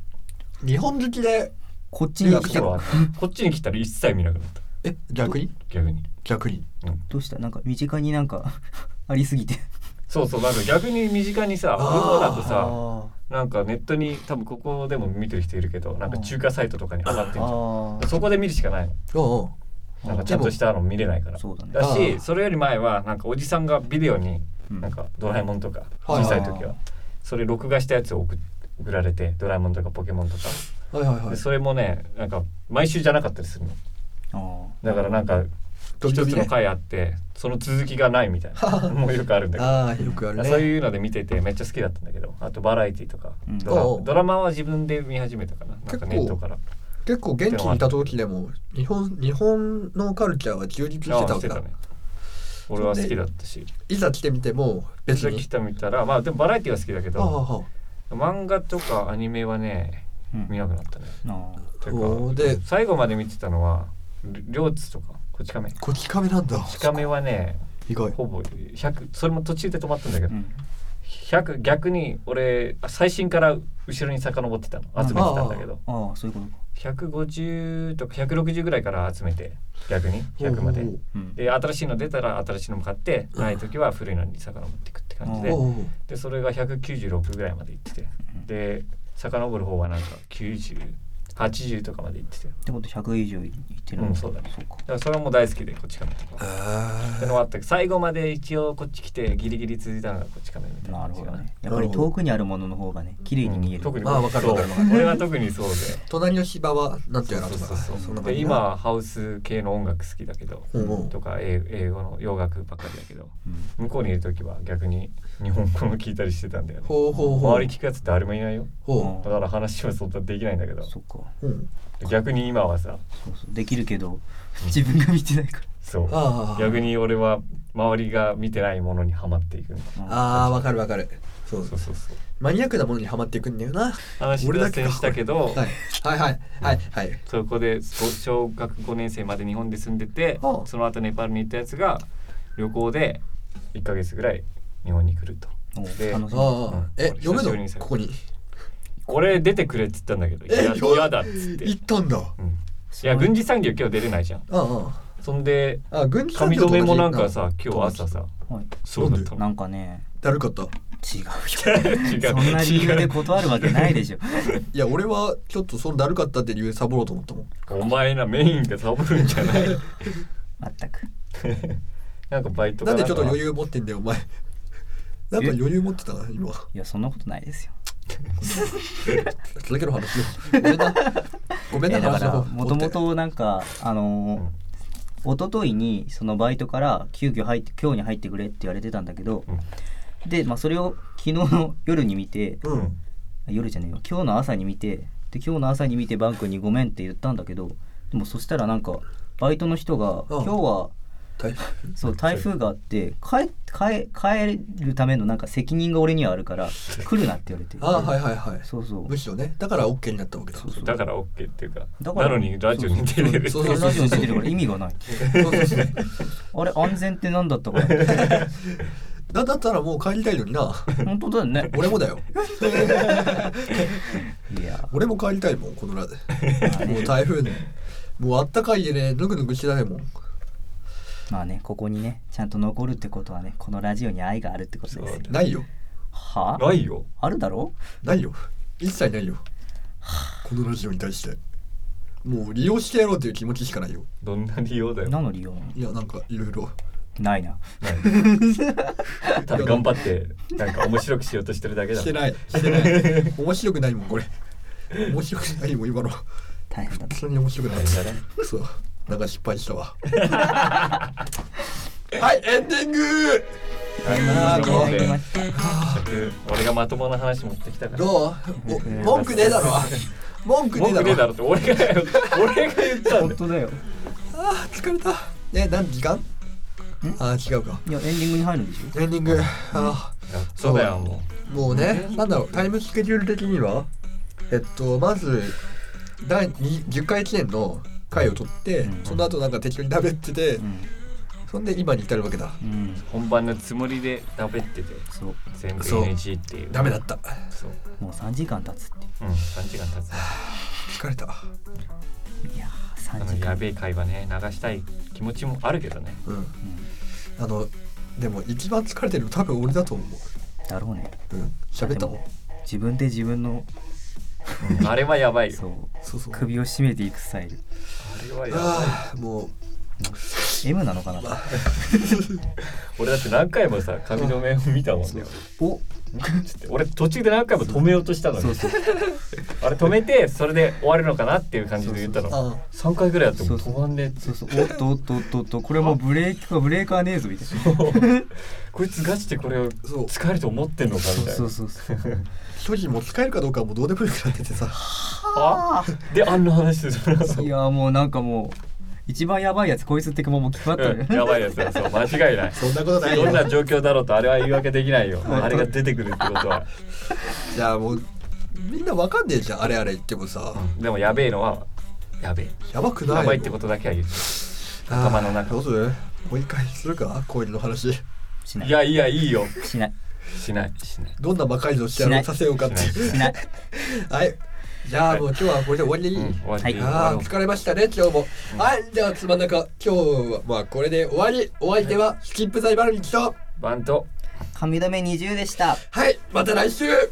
[SPEAKER 1] 日本好きで
[SPEAKER 3] こっちに
[SPEAKER 1] 留
[SPEAKER 3] 来
[SPEAKER 1] 学
[SPEAKER 3] た
[SPEAKER 1] 生
[SPEAKER 2] こっちに来たら一切見なくなった
[SPEAKER 1] え逆に
[SPEAKER 2] 逆に
[SPEAKER 1] 逆に
[SPEAKER 3] どうしたなんか身近になんか ありすぎて
[SPEAKER 2] そうそうなんか逆に身近にさ向
[SPEAKER 1] あー
[SPEAKER 2] こうだと
[SPEAKER 1] あ
[SPEAKER 2] さなんかネットに多分ここでも見てる人いるけどなんか中華サイトとかに上がってるじ
[SPEAKER 3] あ
[SPEAKER 2] ゃんそこで見るしかないの
[SPEAKER 1] おう
[SPEAKER 2] なんかちゃんとしたの見れないから
[SPEAKER 3] そうだね
[SPEAKER 2] だ
[SPEAKER 1] ああ
[SPEAKER 2] しそれより前はなんかおじさんがビデオに
[SPEAKER 3] うん
[SPEAKER 2] なんかドラえもんとか
[SPEAKER 1] はい
[SPEAKER 2] 小さい時はそれ録画したやつを送送られてドラえもんとかポケモンとか
[SPEAKER 1] おうはいはいは
[SPEAKER 2] で
[SPEAKER 1] い
[SPEAKER 2] それもねなんか毎週じゃなかったりするの
[SPEAKER 3] あー
[SPEAKER 2] だからなんか
[SPEAKER 1] 時
[SPEAKER 2] 一
[SPEAKER 1] 々
[SPEAKER 2] つ
[SPEAKER 1] ね
[SPEAKER 2] の回あってその続きがないみたいなもうよくあるんだけど。
[SPEAKER 1] ああよくあるね
[SPEAKER 2] そういうので見ててめっちゃ好きだったんだけどあとバラエティとか
[SPEAKER 3] うん
[SPEAKER 2] ドラ,、
[SPEAKER 1] おう
[SPEAKER 2] ドラマは自分で見始めたかななんかネットから
[SPEAKER 1] 結構現地にいた時でも日本日本のカルチャーは充実してた
[SPEAKER 2] あ
[SPEAKER 1] わ
[SPEAKER 2] して
[SPEAKER 1] けだ、
[SPEAKER 2] たね俺は好きだったし
[SPEAKER 1] いざ来てみても別
[SPEAKER 2] 別に
[SPEAKER 1] に
[SPEAKER 2] 来た見たらまあでもバラエティは好きだけ
[SPEAKER 1] ああ
[SPEAKER 2] ど
[SPEAKER 1] ああ
[SPEAKER 2] 漫画とかアニメはね
[SPEAKER 3] うん
[SPEAKER 2] 見なくなったね
[SPEAKER 3] あー
[SPEAKER 2] と
[SPEAKER 1] おー
[SPEAKER 2] い
[SPEAKER 1] で
[SPEAKER 2] うか最後まで見てたのはり両津とかこち亀こ
[SPEAKER 1] こち亀なんだ
[SPEAKER 2] ち亀はね
[SPEAKER 1] 意外
[SPEAKER 2] ほぼ100それも途中で止まったんだけ
[SPEAKER 3] う
[SPEAKER 2] ど
[SPEAKER 3] ん
[SPEAKER 2] 100逆に俺最新から後ろに遡ってたの集めてたんだけど
[SPEAKER 3] ああそういうことか
[SPEAKER 2] 150とか160ぐらいから集めて逆に100まで
[SPEAKER 3] うん
[SPEAKER 2] で新しいの出たら新しいのも買ってない時は古いのに遡っていくって感じ
[SPEAKER 1] お
[SPEAKER 2] で
[SPEAKER 1] うおうおう
[SPEAKER 2] でそれが196ぐらいまで行っててで遡る方はなんか9080とかまで行っててだ
[SPEAKER 3] ってこと100以上いってる
[SPEAKER 2] うんそうだね
[SPEAKER 3] そうか
[SPEAKER 2] からそれはもう大好きでこっち亀とか
[SPEAKER 1] あ
[SPEAKER 2] ってのはあったけど最後まで一応こっち来てギリギリ続いたのがこっち亀みたいな感
[SPEAKER 3] なる
[SPEAKER 2] じ
[SPEAKER 3] ほ
[SPEAKER 2] が
[SPEAKER 3] どね
[SPEAKER 2] ね
[SPEAKER 3] やっぱり遠くにあるものの方がね綺麗に見
[SPEAKER 2] うん
[SPEAKER 3] える
[SPEAKER 2] 特に
[SPEAKER 1] まあわかるわかるわか
[SPEAKER 2] そう俺は特にそうで
[SPEAKER 1] あ隣の芝はなんてやらとか
[SPEAKER 2] そうそうそう
[SPEAKER 1] そんな感
[SPEAKER 2] で
[SPEAKER 1] じ
[SPEAKER 2] 今ハウス系の音楽好きだけど
[SPEAKER 1] おうおう
[SPEAKER 2] とか英英語の洋楽ばっかりだけど
[SPEAKER 3] うん
[SPEAKER 2] 向こうにいる時は逆に日本語の聞いたりしてたんだよね
[SPEAKER 1] ほうほうほう
[SPEAKER 2] 周り聞くやつ誰もいないよ
[SPEAKER 1] ほ
[SPEAKER 2] だから話はそんなできないんだけど
[SPEAKER 3] そっか
[SPEAKER 1] うん、
[SPEAKER 2] 逆に今はさ
[SPEAKER 3] そうそうできるけど 自分が見てないか
[SPEAKER 2] そう
[SPEAKER 1] ああ
[SPEAKER 2] 逆に俺は周りが見てないものにはまっていくみたい
[SPEAKER 3] ら
[SPEAKER 1] あーわかるわかるそう
[SPEAKER 2] なそうそうそう
[SPEAKER 1] マニアックなものにはまっていくんだよな
[SPEAKER 2] 話
[SPEAKER 1] 俺
[SPEAKER 2] 脱
[SPEAKER 1] だけか
[SPEAKER 2] 線したけど、
[SPEAKER 1] はいはいはいはいはい
[SPEAKER 2] そこでご小学5年生まで日本で住んでて
[SPEAKER 1] はあ
[SPEAKER 2] その後ネパールに行ったやつが旅行で1ヶ月ぐらい日本に来ると
[SPEAKER 3] お
[SPEAKER 2] で
[SPEAKER 3] 楽しみ
[SPEAKER 1] ああ、
[SPEAKER 2] うん
[SPEAKER 1] え
[SPEAKER 2] 俺
[SPEAKER 1] 読め
[SPEAKER 2] 久しぶり
[SPEAKER 1] の
[SPEAKER 2] にさ
[SPEAKER 1] ここに
[SPEAKER 2] 俺出てくれって言ったんだけど「い
[SPEAKER 1] え
[SPEAKER 2] や
[SPEAKER 1] よ
[SPEAKER 2] 嫌だ」っつって、うん、い
[SPEAKER 1] 行ったんだ
[SPEAKER 2] や軍事産業今日出れないじゃん
[SPEAKER 1] ああ
[SPEAKER 2] そんで
[SPEAKER 1] あああ軍事産
[SPEAKER 2] 髪
[SPEAKER 1] 業と
[SPEAKER 2] 留
[SPEAKER 1] 同じ
[SPEAKER 2] めもなんかさ今日
[SPEAKER 1] 友達
[SPEAKER 2] 朝さ
[SPEAKER 3] はい
[SPEAKER 2] そうだった
[SPEAKER 3] な
[SPEAKER 2] の
[SPEAKER 3] んかね
[SPEAKER 1] だるかったい
[SPEAKER 3] 違うよ
[SPEAKER 2] 違う
[SPEAKER 3] そんな理由
[SPEAKER 2] 違
[SPEAKER 3] で
[SPEAKER 2] う
[SPEAKER 3] 断るわけないでしょ
[SPEAKER 1] や俺はちょっとそのだるかったって理由でサボろうと思ったもん
[SPEAKER 2] お前なメインでサボるんじゃない
[SPEAKER 3] まったく
[SPEAKER 2] なんかバイト
[SPEAKER 1] なん
[SPEAKER 2] か
[SPEAKER 1] で
[SPEAKER 2] か
[SPEAKER 1] ちょっと余裕持ってんだよお前なんか余裕持ってたな 今
[SPEAKER 3] いやそんなことないですよ
[SPEAKER 1] それだけの話よごめんなごめん
[SPEAKER 3] い
[SPEAKER 1] な
[SPEAKER 3] やだか
[SPEAKER 1] 話の方
[SPEAKER 3] らもともとなんかあ
[SPEAKER 2] うん
[SPEAKER 3] のー、一昨日にそのバイトから急遽入って今日に入ってくれって言われてたんだけど、で、まあ、それを昨日の夜に見て
[SPEAKER 1] うんうん
[SPEAKER 3] 夜じゃねえよ今日の朝に見てで今日の朝に見てバン君にごめんって言ったんだけどでもそしたらなんかバイトの人が
[SPEAKER 1] うん
[SPEAKER 3] 今日は
[SPEAKER 1] 大
[SPEAKER 3] そう台風があって帰帰帰るためのなんか責任が俺にはあるから来るなって言われて
[SPEAKER 1] ああはいはいはい
[SPEAKER 3] そうそう
[SPEAKER 1] むしろねだから OK になったわけだ
[SPEAKER 3] そうそう
[SPEAKER 2] だから OK っていうか
[SPEAKER 3] だから
[SPEAKER 2] なのにラジオに出れる
[SPEAKER 1] そうそう
[SPEAKER 3] 俺ラジオに出てるから意味 がない
[SPEAKER 1] そうそうそう
[SPEAKER 3] あれ安全って何だったか
[SPEAKER 1] だ
[SPEAKER 3] な
[SPEAKER 1] だったらもう帰りたいのにな
[SPEAKER 3] 本当だよね
[SPEAKER 1] 俺もだよ
[SPEAKER 3] いや
[SPEAKER 1] 俺も帰りたいもんこのラ で
[SPEAKER 3] まあ
[SPEAKER 1] もう
[SPEAKER 3] ね
[SPEAKER 1] 台風ねもうあったかいでねぬくぬくしてないもん
[SPEAKER 3] まあねここにねちゃんと残るってことはねこのラジオに愛があるってことですよ
[SPEAKER 1] ないよ
[SPEAKER 3] はあ
[SPEAKER 2] ないよ
[SPEAKER 3] あるだろ
[SPEAKER 1] ないよ一切ないよこのラジオに対してもう利用してやろうという気持ちしかないよ
[SPEAKER 2] どんな理由だよ
[SPEAKER 3] 何の理由なの
[SPEAKER 1] いやなんかいろいろ
[SPEAKER 3] ないな
[SPEAKER 2] ただ頑張ってなんか面白くしようとしてるだけだ
[SPEAKER 1] してないしてない面白くないもんこれ面白くないもん今の
[SPEAKER 3] 大変だ
[SPEAKER 1] 普通に面白くない
[SPEAKER 2] 大変だね
[SPEAKER 1] そうなんか失敗したわはいエンディング
[SPEAKER 2] あ
[SPEAKER 1] ーごめん
[SPEAKER 2] で俺がまともな話持ってきたから
[SPEAKER 1] どうお文句ねえだろ文句ねえ
[SPEAKER 2] 文句ねえ
[SPEAKER 1] だろ
[SPEAKER 2] だろって俺が俺が言ったんだ
[SPEAKER 3] 本当だよ
[SPEAKER 1] あー疲れたね何時間あー違うか
[SPEAKER 3] いやエンディングに入るんでしょ
[SPEAKER 1] エンディングあー
[SPEAKER 2] そうだよも
[SPEAKER 1] もうね、なんだろう、タイムスケジュール的には、えっと、まず、第に10回記念の回を取って、
[SPEAKER 3] うん
[SPEAKER 1] その後なんか適当に食べてて、
[SPEAKER 3] うん
[SPEAKER 1] そんで今に至るわけだ。
[SPEAKER 3] うん
[SPEAKER 2] う本番のつもりで食べってて
[SPEAKER 3] そう
[SPEAKER 2] 全部
[SPEAKER 1] そう
[SPEAKER 2] NG っていう
[SPEAKER 1] ダメだった。
[SPEAKER 2] そう
[SPEAKER 3] もう3時間経つって
[SPEAKER 2] うん3時間経つ
[SPEAKER 1] 疲れた。
[SPEAKER 3] いやー
[SPEAKER 2] あ
[SPEAKER 3] 3時
[SPEAKER 2] の
[SPEAKER 3] 間
[SPEAKER 2] やべえ会話ね流したい気持ちもあるけどね
[SPEAKER 1] うん。あの、でも一番疲れてるの多分俺だと思う。
[SPEAKER 3] だろうね
[SPEAKER 1] うん。喋ったもん
[SPEAKER 3] で。自分で自分の
[SPEAKER 2] うんあれはやばいよ
[SPEAKER 3] そう
[SPEAKER 1] そうそう。
[SPEAKER 3] 首を絞めていくスタイル
[SPEAKER 2] あれはやばい
[SPEAKER 1] ああ、もう、
[SPEAKER 3] M なのかな
[SPEAKER 2] 俺だって何回もさ髪の目を見たもんね
[SPEAKER 3] お
[SPEAKER 2] つって俺途中で何回も止めようとしたのにあれ止めてそれで終わるのかなっていう感じで言ったの
[SPEAKER 1] あ
[SPEAKER 2] 3回ぐらいやっても
[SPEAKER 3] そう
[SPEAKER 2] 止まんねえって
[SPEAKER 3] そうそうおっとおっとおっとおっとこれはもうブレーキかブレーカーねえぞみたいな
[SPEAKER 2] こいつガチでこれを
[SPEAKER 1] あ、そう。
[SPEAKER 2] 疲れて思ってんのかみたい
[SPEAKER 3] そ
[SPEAKER 2] な
[SPEAKER 3] うそうそう
[SPEAKER 1] 正直もう使えるかどうかはもうどうでもよくなっててさ。
[SPEAKER 2] あであんな話する
[SPEAKER 3] いやーもうなんかもう一番やばいやつこいつってかもう決まったよね
[SPEAKER 2] やばいやつだそう間違いな い
[SPEAKER 1] そんなことないよ
[SPEAKER 2] どん。な状況だろうとあれは言い訳できないよあれが出てくるってことは
[SPEAKER 1] じゃあもう、みんなわかんねえじゃん、あれあれ言ってもさ。
[SPEAKER 2] でもやべえのはやべえ
[SPEAKER 1] やばくない
[SPEAKER 2] やばいってことだけは言う頭の中
[SPEAKER 1] あーどうするもう一回するか氷の話
[SPEAKER 3] しないい
[SPEAKER 2] やいやいいよ
[SPEAKER 3] しない
[SPEAKER 2] しないしない
[SPEAKER 1] どんな魔改造してやろう
[SPEAKER 3] しない
[SPEAKER 1] させようかっていう
[SPEAKER 3] しない
[SPEAKER 1] はいじゃあもう今日はこれで終わりでいい、
[SPEAKER 2] うん終わりでいい
[SPEAKER 3] はい
[SPEAKER 1] あー疲れましたね今日も、はいではつまんなか今日はまあこれで終わりお相手はスキップザイバルに来た
[SPEAKER 2] バント
[SPEAKER 3] 髪留め20でした
[SPEAKER 1] はいまた来週あー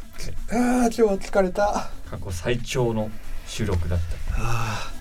[SPEAKER 1] 今日は疲れた
[SPEAKER 2] 過去最長の収録だった
[SPEAKER 1] あ